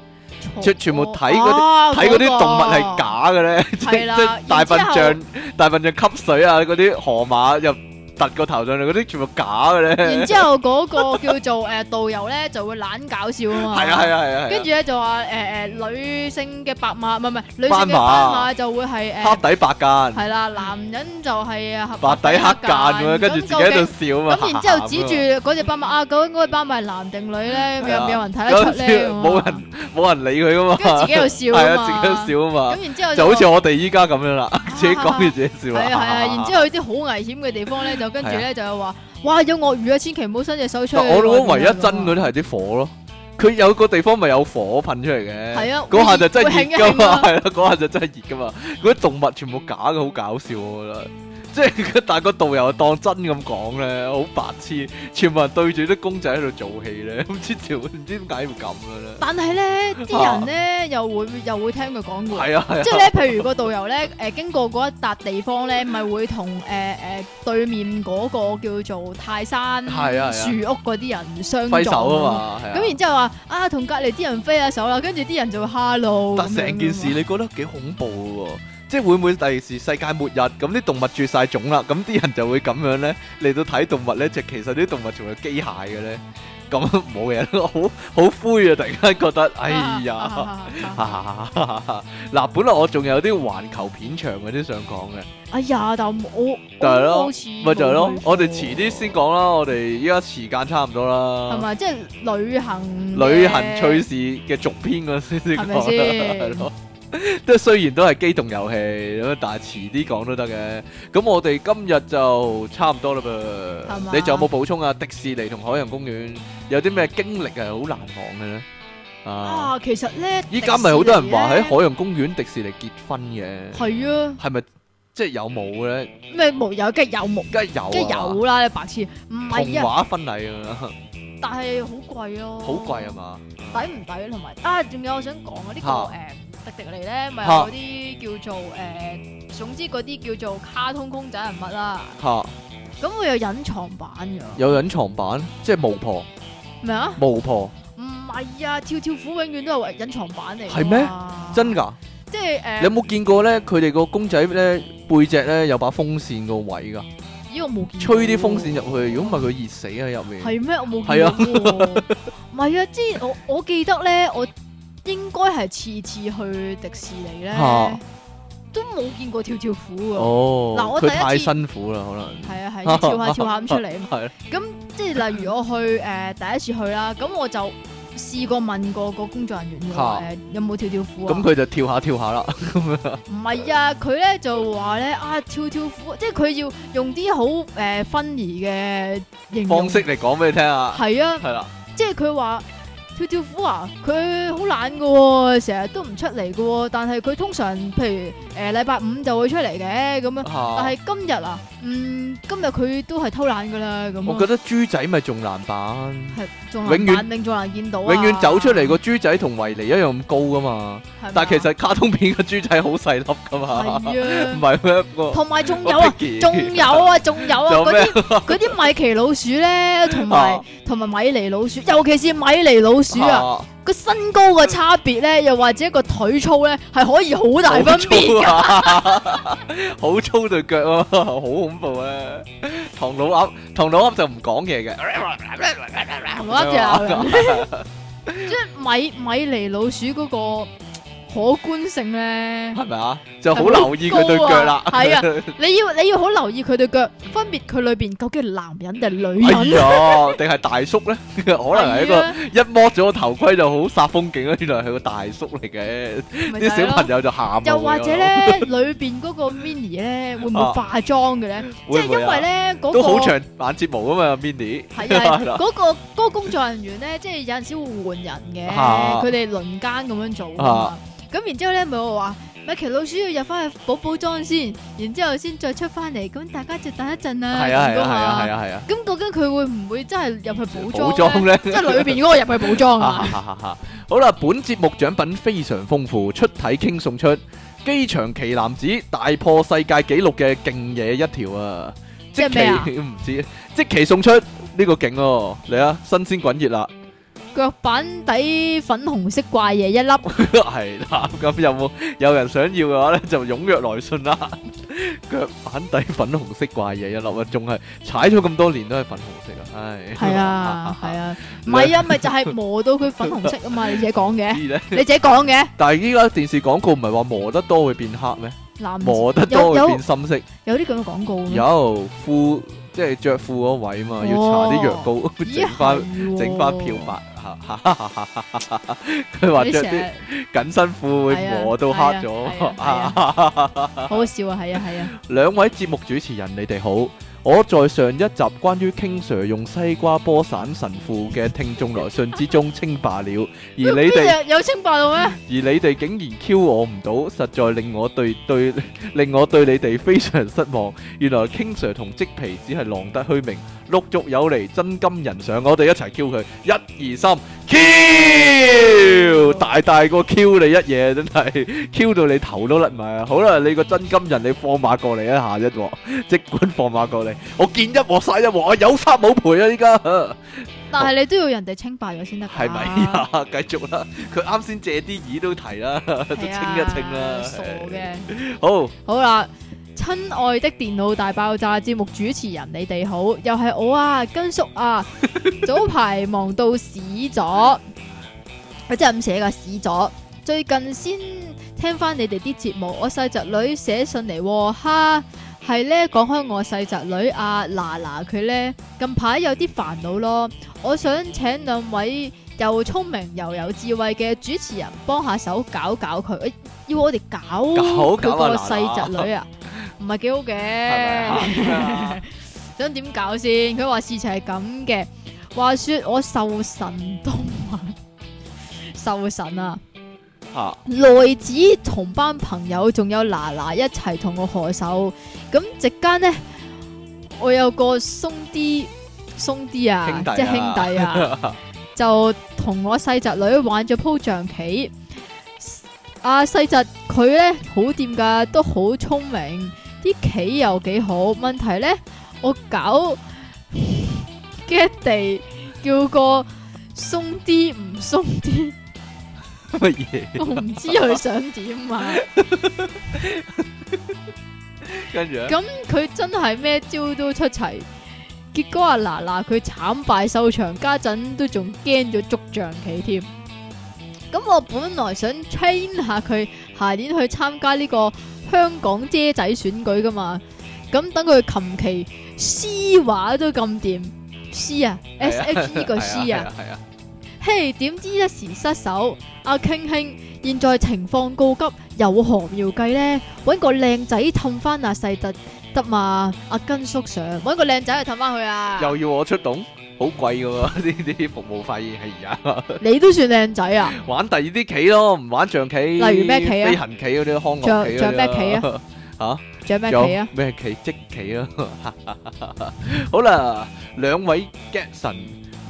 A: 全全部睇嗰啲
B: 啲
A: 睇嗰啲動物係假嘅咧，即
B: 哦係啦
A: 即大笨
B: 然
A: 象、大笨象吸水啊，嗰啲河馬又突個頭上嚟，嗰啲全部假嘅 (laughs) 咧
B: 然。之後嗰個叫做誒導遊咧就會懶搞笑啊嘛。
A: 係啊係啊係啊
B: 跟
A: 係
B: 住咧就話誒誒女性嘅白馬，唔係唔係女性
A: 斑
B: 嘅
A: 馬
B: 斑馬就會係
A: 啊，黑
B: 誒
A: 底白間，
B: 係啦，男人就係啊
A: 白底黑間咁樣，跟住自己喺
B: 究竟
A: 度笑啊嘛。
B: 咁然之後
A: 哈哈
B: 指
A: 咁啊
B: 住嗰只斑馬啊，究竟嗰只斑馬係男定女咧？有
A: 係啊
B: 有人睇
A: 嗰
B: 得出
A: 陣
B: 咧？
A: 時冇人 (laughs) 冇人理佢噶
B: 咁啊，
A: 嘛，
B: 跟住自己又笑
A: 係
B: 啊
A: 啊，
B: 嘛。
A: 自己喺度笑啊嘛，
B: 咁然之後
A: 就好似我哋依家咁樣啦，自己講
B: 啊
A: 完自己笑
B: 係
A: 啦。
B: 啊係啊，然之
A: 後。
B: 後有啲好危險嘅地方咧，就跟住咧就話：哇有鱷魚啊，千祈唔好伸隻手出去。
A: 我覺得唯一真嗰
B: 嗰
A: 啲係啲火咯，佢佢有個地方咪有火噴出嚟嘅，
B: 係啊
A: 嗰下就真係熱噶嘛，
B: 會啊
A: 係啦，嗰下就真係熱噶嘛，嗰啲動物全部假嘅，好搞笑我覺得。即係但係個導遊當真咁講咧，好白痴，全部人對住啲公仔喺度做戲咧，唔知條唔知點解要咁嘅咧。
B: 但係咧，啲人咧又會又會聽佢講嘅。
A: 係啊係啊
B: 即係咧，譬如個導遊咧，誒經過嗰一笪地方咧，咪會同誒誒對面嗰個叫做泰山
A: 係啊係啊
B: 樹屋嗰啲人相撞
A: 揮手啊嘛，係啊
B: 咁然之後話啊，同隔離啲人揮下手啦，跟住啲人就會 hello 咁樣啊
A: 但
B: 嘛。
A: 成件事你覺得幾恐怖嘅喎？即係會唔會第時世界末日咁啲動物絕晒種啦？咁啲人就會咁樣咧嚟到睇動物咧，就其實啲動物仲係機械嘅咧。咁啊冇嘢啦，好好灰啊！突然間覺得，哎呀，
B: 啊，啊啊啊
A: 嗱，本來我仲有啲環球片場嗰啲想講嘅，
B: 哎呀，但我我
A: 就係咯
B: 嗯好似
A: 咪就係咯
B: 冇去，過
A: 我哋遲啲先講啦，我哋依家時間差唔多
B: 係
A: 啦，
B: 咪即係旅行嘅
A: 旅行趣事嘅續篇嗰陣先先
B: 係
A: 講啊
B: 咪先
A: (laughs) 啦，係咯。即係雖然都係機動遊戲咁，但係遲啲講都得嘅。咁我哋今日就差唔多啦
B: 係嘛
A: 噃。你仲有冇補充啊？迪士尼同海洋公園有啲咩經歷係好難忘嘅咧？啊，
B: 啊？其實咧，
A: 依家咪好多人話喺海洋公園迪士尼結婚嘅，
B: 海係啊，
A: 係咪即係有冇咧？
B: 咩無有梗係有無，
A: 梗係有啊，
B: 梗係有啦，你白痴唔係
A: 童
B: 啊，
A: 話婚禮啊，
B: 但係好貴咯，
A: 好貴啊，嘛？
B: 抵唔抵同埋啊？仲有我想講啊，呢個
A: 嚇
B: 誒迪迪尼咧，咪
A: 嚇
B: 有啲叫做誒，總之嗰啲叫做卡通公仔人物啦，
A: 嚇，
B: 咁會有隱藏版㗎，
A: 有隱藏版，即係巫婆，
B: 咩啊？
A: 巫婆
B: 唔係啊，跳跳虎永遠都係隱藏版嚟㗎嘛，
A: 係咩真㗎。
B: 即係誒
A: 你有。冇見過咧？佢哋個公仔咧背脊咧有把風扇個位㗎，
B: 咦，我冇見過。
A: 吹啲風扇入去，如果唔係佢熱死喺入面。
B: 係咩？我冇
A: 係啊
B: 見過喎。唔係啊，之前我我記得咧，我應該係次次去迪士尼咧
A: 嚇，
B: 都冇見過跳跳虎喎。
A: 哦，
B: 嗱我第
A: 佢
B: 一
A: 太
B: 次
A: 辛苦啦，可能
B: 係啊係，
A: (laughs)
B: 跳下跳下咁出嚟啊嘛。
A: 係啦
B: 即係例如我去誒、呃第一次去啦，咁我就試過問過個工作人員佢話
A: 嚇
B: 誒有冇跳跳虎啊
A: 咁？佢就跳下跳下啦。
B: 唔係啊，佢咧就話咧啊跳跳虎，即係佢要用啲好誒分離嘅形容
A: 方式嚟講俾你聽啊，
B: 係啊。
A: 係啦，
B: 即係佢話跳跳虎啊，佢好懶噶喎，成日都唔出嚟噶喎。但係佢通常譬如誒禮拜五就會出嚟嘅咁
A: 哦
B: 樣。但
A: 嚇
B: 係今日啊，嗯，今日佢都係偷懶噶啦咁
A: 我覺
B: 啊。
A: 得豬仔咪仲難版。
B: 係仲
A: 永遠
B: 難令仲難見到啊！
A: 永遠走出嚟個豬仔同維尼一樣咁高噶嘛，
B: 係咪啊，
A: 但係其實卡通片個豬仔好細粒噶嘛，唔
B: 係啊，
A: 係咩個
B: 同埋仲
A: 個 (laughs)
B: 有啊，
A: Piggy
B: 仲有啊，仲
A: (laughs)
B: 有啊，
A: 仲有
B: 嗰
A: 咩
B: 啲嗰啲米奇老鼠咧，
A: (laughs)
B: 同埋
A: 啊
B: 同埋米妮老鼠，尤其是米妮老鼠啊！
A: 啊
B: 個身高嘅差別咧，又或者個腿粗咧，係可以好大分別
A: à. (laughs)
B: 㗎。
A: 好粗啊！ờ, (laughs) 好粗對腳啊，好恐怖啊。唐老鴨，唐老鴨就唔講嘢嘅。
B: 同我一
A: (laughs)
B: 樣，即係米米尼老鼠嗰個 (laughs) 可觀性咧，à.
A: 係咪啊？就好留意佢對腳啦。(laughs)
B: 係啊，你要你要好留意佢對腳，分別佢裏邊究竟係男人定係女人。
A: 哎呀，定係大叔呢？ (laughs) 可能係一個-
B: 係啊
A: 一剝咗個頭盔就好煞風景啊，原來係個大叔嚟嘅。
B: 咪就
A: 啲
B: 係咯
A: 小朋友就喊啊，
B: 又或者咧，裏邊嗰個 Mini 咧，會唔會
A: 啊
B: 化妝嘅咧？即
A: 會唔會啊？
B: 係因為咧嗰
A: 啊
B: 個。
A: 都好長眼睫毛㗎嘛，Mindy。
B: 係
A: (laughs)
B: 啊，
A: 係啦。
B: 嗰個嗰個工作人員咧，即係有陣時會換人嘅，
A: 啊
B: 佢哋輪奸咁樣做㗎嘛
A: 啊。
B: 咁然之後咧，咪我話米奇老鼠要入翻去補補妝先，然之後先再出翻嚟，咁大家就等一陣啦。
A: 係啊，係啊，
B: 咁㗎
A: 係
B: 嘛
A: 啊，係啊，係啊。
B: 咁究竟佢會唔會真係入去補
A: 補
B: 妝
A: 妝
B: 咧？
A: 呢？
B: 即係裏邊嗰個入去補
A: (laughs)
B: 妝
A: 哈
B: 啊？
A: 哈哈哈！好啦，本節目獎品非常豐富，出體傾送出機場奇男子大破世界紀錄嘅勁嘢一條啊！
B: 即係咩啊
A: 期 (laughs) 唔知，即期送出呢、個勁哦，嚟啊，新鮮滾熱啦， (laughs)
B: 腳板底粉紅色怪嘢
A: (laughs)
B: 一粒，
A: 係啦，咁有冇有人想要嘅話咧，就踴躍來信啦。 (laughs) 腳板底粉紅色怪嘢一粒啊，仲係踩咗咁多年都係粉紅色啊，唉，
B: 係
A: (laughs)
B: 啊係啊，唔係啊，咪就係磨到佢粉紅色啊嘛！你自己講
A: (laughs)
B: 嘅，
A: 知咧，
B: 你自己講嘅，
A: 但係依家電視廣告唔係話磨得多會變黑咩？
B: 男
A: 磨得
B: 有
A: 多會
B: 有嗯
A: 變深色。
B: 有啲咁嘅廣告嘅咩
A: 有褲即係着褲嗰位嘛，要搽啲藥膏 (laughs)
B: 咦
A: 整翻
B: 係喎
A: 整翻漂白。 (laughs) 佢話
B: 你
A: 着
B: 成
A: 啲
B: 日
A: 緊身褲會磨到黑
B: 啊
A: (laughs)
B: 係啊係啊係
A: 咗。
B: 好好笑啊，係啊係啊，
A: 兩位節目主持人，你哋好，我在上一集關於 King Sir 用西瓜波散神父嘅聽眾來信之中稱霸了，而 (laughs) 你哦哋。
B: 邊隻有清白到咩？
A: 而你哋竟然 Q 我唔到，實在令我對對 (laughs) 令我對你哋非常失望。原來 King Sir 同積皮只係浪得虛名，陸續有嚟真金人上，我哋一齊 Q 佢，一二三 Q，大大個 Q 你一嘢真係 (laughs) Q 到你頭都甩埋啊！好啦，你個真金人你放馬過嚟一下一鑊，即管放馬過嚟，我見一鑊殺一鑊，我有殺冇賠啊！依家。
B: 但係你都要人哋清白咗先得㗎。
A: 係咪啊？ (laughs) 繼續啦，佢啱先借啲耳都提啦，都清
B: 係啊？
A: 一清啦。
B: 傻嘅。
A: 好，
B: 好啦，親愛的電腦大爆炸節目主持人，你哋好，又係我啊，根叔
A: (laughs)
B: 啊，早排忙到屎咗，佢真係咁寫噶屎咗。最近先聽翻你哋啲節目，我細侄女寫信嚟喎，哈，係呢講開我細侄女啊，嗱嗱佢呢，近排有啲煩惱咯，我想請兩位又聰明又有智慧嘅主持人幫下手搞搞佢，哎要我哋搞
A: 搞
B: 佢
A: 搞啊
B: 個
A: 嗱嗱
B: 細侄女啊，唔係幾好
A: 係咪
B: 嘅。
A: 啊？
B: 想點搞先？佢話事情係咁嘅，話說我受神動 (laughs) 啊，受神啊，
A: 嚇
B: 內子同班朋友仲有嗱嗱一齊同我賀壽，咁席間呢，我有個鬆啲鬆啲啊
A: 兄，弟啊
B: 即係兄弟啊，
A: (laughs)
B: 就同我細侄女玩咗鋪象棋。阿細侄佢呢，好掂㗎，都好聰明，啲棋又幾好。問題呢，我搞 (laughs) 嘅地叫個鬆啲唔鬆啲。
A: 乜嘢？
B: 我唔知佢想點啊！
A: 跟住咧
B: 咁佢真係咩招都出齊，結果阿嗱嗱佢慘敗收場，家陣都仲驚咗捉象棋添。咁我本來想 train 下佢下年去參加呢個香港姐仔選舉噶嘛，咁等佢琴棋詩畫都咁掂，詩啊，S H E 個詩啊。，
A: 係啊，
B: 嘿，點知一時失手，阿傾兄，現在情況告急，有何妙計呢？揾個靚仔氹翻阿細特得嘛？阿根叔上，揾個靚仔去氹翻佢啊！
A: 又要我出動，好貴㗎喎！ (laughs) 呢啲服務費係啊，
B: 你都算靚仔啊？
A: 玩第二啲棋咯，唔玩象棋，
B: 例如咩棋啊
A: 飛行棋嗰啲，康樂
B: 象
A: 棋嗰啲
B: 象咩棋
A: 啊？
B: 仲有咩
A: 仲
B: 棋
A: 有
B: 啊？
A: 咩棋？即棋 (laughs) 啊！好啦，兩位 get 神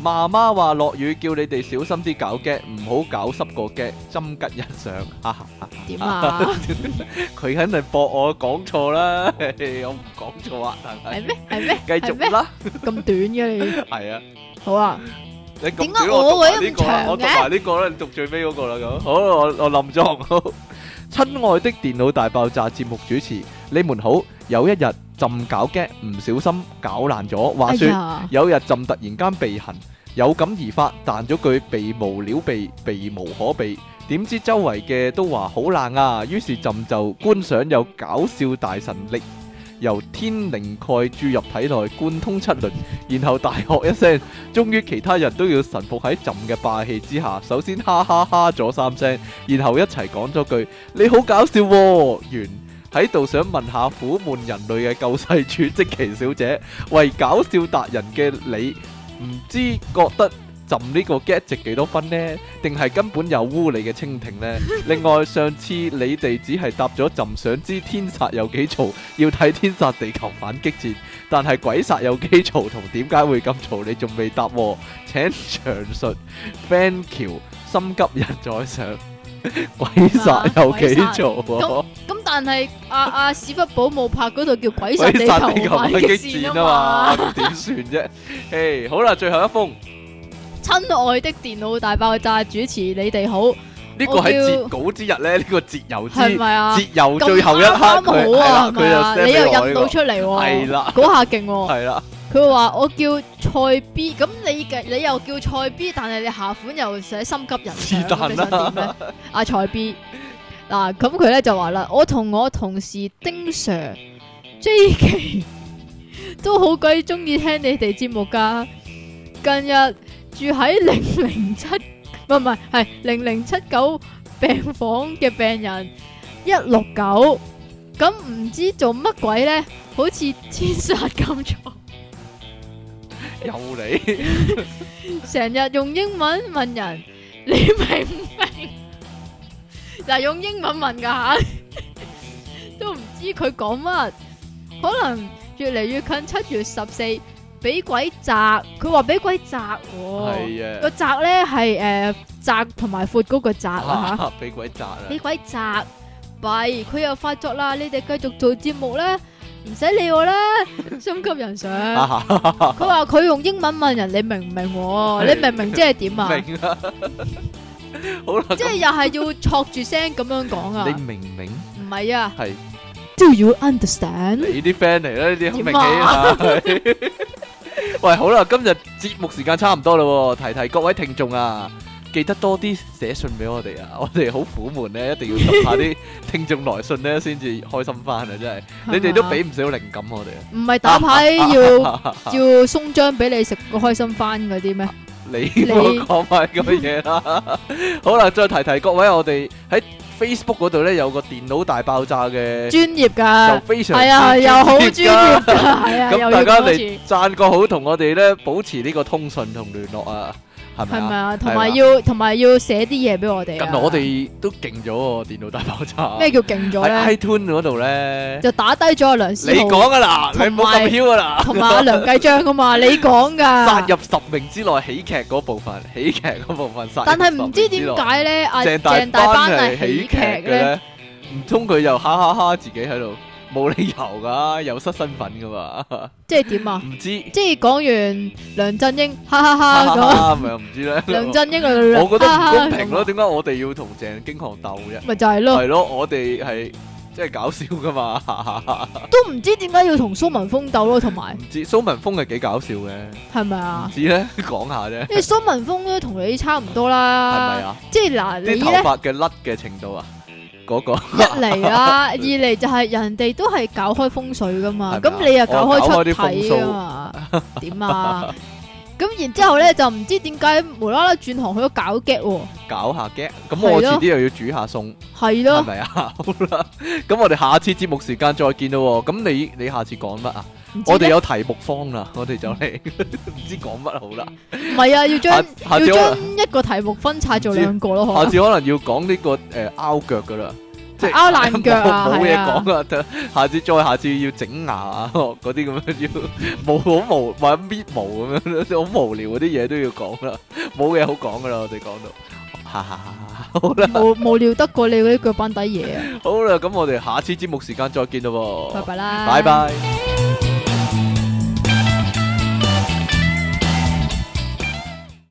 A: 媽媽話落雨，叫你哋小心啲搞 get，唔好搞濕個 get，針吉人上。 (laughs)
B: 點 (laughs) 啊？
A: 佢肯定駁我講錯 (laughs) 啦，我唔講錯啊，但
B: 係咩？係咩？
A: 係繼續啦，
B: 咁短嘅你？
A: 係啊，
B: 好啊，
A: 你咁
B: 點
A: 短
B: 解
A: 我讀
B: 我
A: 埋
B: 嗰啲
A: 呢個啦，
B: 咁長
A: 我讀
B: 嘅
A: 埋呢個啦，你讀最尾嗰個啦咁。好，我我冧 (laughs) 咗好。親愛的電腦大爆炸節目主持，你們好。有一日朕搞 get，唔小心搞爛咗，話
B: 哎
A: 説。
B: 呀，
A: 有日朕突然間避痕，有感而發，彈咗句避無了避，避無可避。點知周圍嘅都話好冷啊，於是朕就觀賞有搞笑大神力由天靈蓋注入體內，貫通七輪，然後大喝一聲，終於其他人都要臣服喺朕嘅霸氣之下。首先哈哈哈咗三聲，然後一齊講咗句你好搞笑喎、完喺度想問下苦悶人類嘅救世主即奇小姐。為搞笑達人嘅你，唔知覺得朕呢個 get 值幾多分呢？定係根本有污你嘅蜻蜓 (laughs) 呢？另外上次你哋只係答咗朕想知天煞有幾嘈，要睇天煞地球反擊戰，但係鬼煞有幾嘈同點解會咁嘈，你仲未答喎？請詳述 fan 橋心急人在上， (laughs) 鬼煞有幾嘈喎？
B: 咁但係阿阿史匹堡冇拍嗰度叫鬼殺
A: 鬼
B: 地
A: 殺地
B: 球
A: 球
B: 玩
A: 嘅
B: 嘅事
A: 戰
B: 啊
A: 啊
B: 嘛！
A: 嘛，點算啫？誒，好啦，最後一封，
B: 親愛的電腦大爆炸主持，你哋好，
A: 呢個喺截稿之日咧，呢個截郵之
B: 係咪啊？
A: 截郵最後一刻
B: 咁啱
A: 佢
B: 好
A: 係
B: 啊，
A: 啦，
B: 係咪啊
A: 佢就
B: 你又
A: send 俾我
B: 印到
A: 呢
B: 出嚟
A: 個，係
B: 喎，
A: 啦，
B: 嗰下勁喎。
A: 係啦，
B: 佢話我叫蔡 B，咁你嘅你又叫蔡 B，但係你下款又寫心急人上，
A: 是但啦
B: 咁你想點咧？阿蔡 B，嗱咁佢咧就話啦，我同我同事丁 Sir、J K (laughs) 都好鬼中意聽你哋節目噶，近日住喺零零七，唔係唔係，係零零七九病房嘅病人一六九。咁唔知做乜鬼咧，好似天殺咁做。
A: 又你，
B: 成日用英文問人， (laughs) 你明唔明？嗱，用英文問噶吓， (laughs) 都唔知佢講乜，可能越嚟越近七月十四，俾鬼砸。佢話俾鬼砸喎，
A: 係啊
B: 個砸咧係誒窄同埋闊高個窄啊
A: 啊，俾鬼砸
B: 吓，
A: 啦
B: 俾，鬼砸，弊佢又發作啦！你哋繼續做節目啦，唔使理我啦，心急人上。
A: 啊
B: 佢話佢用英文問人，你明唔明喎？
A: 係
B: 你明唔明即係點啊？
A: 明啊， (laughs) 好啦，
B: 即係又係要戳住聲咁樣講啊
A: 你？明唔明？
B: 唔係啊
A: 係
B: ？Do you understand？
A: 你啲 friend 嚟啦，呢啲好明
B: 點
A: 顯
B: 啊
A: 啊！ (laughs) 喂，好啦，今日節目時間差唔多啦喎，提提各位聽眾啊，記得多啲寫信俾我哋啊！ (laughs) 我哋好苦悶咧，一定要揼下
B: (laughs)
A: 啲聽眾來信咧，先至開心翻啊！真係，你哋都俾唔少靈感我哋
B: 唔係打牌要
A: 啊！
B: 要鬆張俾你食個開心番嗰啲咩？
A: (laughs) 你唔好講埋咁嘅嘢啦。 (laughs) 好啦，再提提各位，我哋喺 Facebook 嗰度咧有個電腦大爆炸嘅，
B: 專
A: 就
B: 業㗎，
A: 非常
B: 係啊，
A: 之
B: 又好專
A: 專㗎
B: 業㗎，係啊，
A: 咁
B: 又要
A: 大家
B: 多次
A: 嚟贊個好，同我哋咧保持呢個通訊同聯絡啊，係咪
B: 係咪
A: 啊？
B: 啊？同埋要同埋要寫啲嘢俾我哋啊。
A: 近來我哋都勁咗喎，電腦大爆炸
B: 咩叫勁
A: 喺
B: 咗咧？
A: iTune 嗰度咧，
B: 就打低咗阿梁思
A: 你
B: 浩
A: 講噶啦，你
B: 同
A: 唔好咁
B: 埋
A: 囂噶啦，
B: 同埋阿梁繼章啊嘛，你講
A: 殺
B: 㗎。
A: 入十名之內喜劇嗰部分，喜劇嗰部分殺入
B: 但係唔知
A: 10名之內
B: 點解咧，阿
A: 鄭
B: 鄭大班係喜
A: 喜
B: 劇
A: 劇嘅
B: 咧。
A: 咧，唔通佢又哈哈哈自己喺度，冇理由噶，又失身份噶嘛，
B: 即係點啊？
A: 唔知
B: 即係講完梁振英，哈哈
A: 哈哈
B: 哈咁。
A: 哈咪又唔知咧。
B: 梁振英
A: 我覺得唔公平咯，
B: 咯，
A: 點解我哋要同鄭經翰鬥啫？
B: 咪就係咯，
A: 係咯，我哋係即係搞笑
B: (laughs)
A: 噶嘛，
B: 都唔知點解要同蘇文峰鬥咯，同埋
A: 唔知蘇文峰係幾搞笑嘅，唔
B: 係咪啊？
A: 知咧 (laughs) 講下啫，係
B: 因為蘇文峰咧同你差唔多
A: 咪
B: 啦，
A: 啊？
B: 即係嗱你
A: 啲頭
B: 咧
A: 髮嘅甩嘅程度啊，嗰
B: (laughs)
A: 個
B: 一嚟啦，二嚟就係人哋都係搞開風水噶
A: 係咪
B: 嘛，
A: 啊
B: 咁你又搞
A: 我搞開
B: 開
A: 啲
B: 出
A: 風
B: 體
A: 騷
B: 噶嘛，點啊？咁然之後咧就唔知點解無啦啦轉行去咗搞 get 喎，
A: 搞下嘅，咁我
B: 係咯
A: 遲啲又要煮下餸，
B: 係
A: 係
B: 咯，
A: 咪啊？ (laughs) 好啦，咁我哋下次節目時間再見咯喎，咁你你下次講乜啊？
B: 唔知
A: 我哋
B: 咧
A: 有題目方啦，我哋就嚟 (laughs) 唔知講乜好啦，
B: 唔係啊，要
A: 下
B: 將。
A: 下
B: 要
A: 次可
B: 將一個題目分拆做兩個咯，
A: 能
B: 可
A: 下
B: 能
A: 次可能要講呢個誒拗腳噶啦。即係
B: 拗爛腳啊，
A: 冇冇
B: 係
A: 嘢
B: 啊，
A: 講啊！得下次再下次要整牙啊， (laughs) 嗰啲咁樣要 (laughs) 冇好無或者搣毛咁樣， (laughs) 好無聊嗰啲嘢都要講啦， (laughs) 冇嘢好講噶啦，我哋講到， (laughs) 哈哈哈！好啦，
B: 無無聊得過你嗰啲腳板底嘢啊，
A: 好啦，咁我哋下次節目時間再見咯
B: 拜
A: 喎，
B: 拜啦，
A: 拜拜。
C: 「君の声が聞こえる」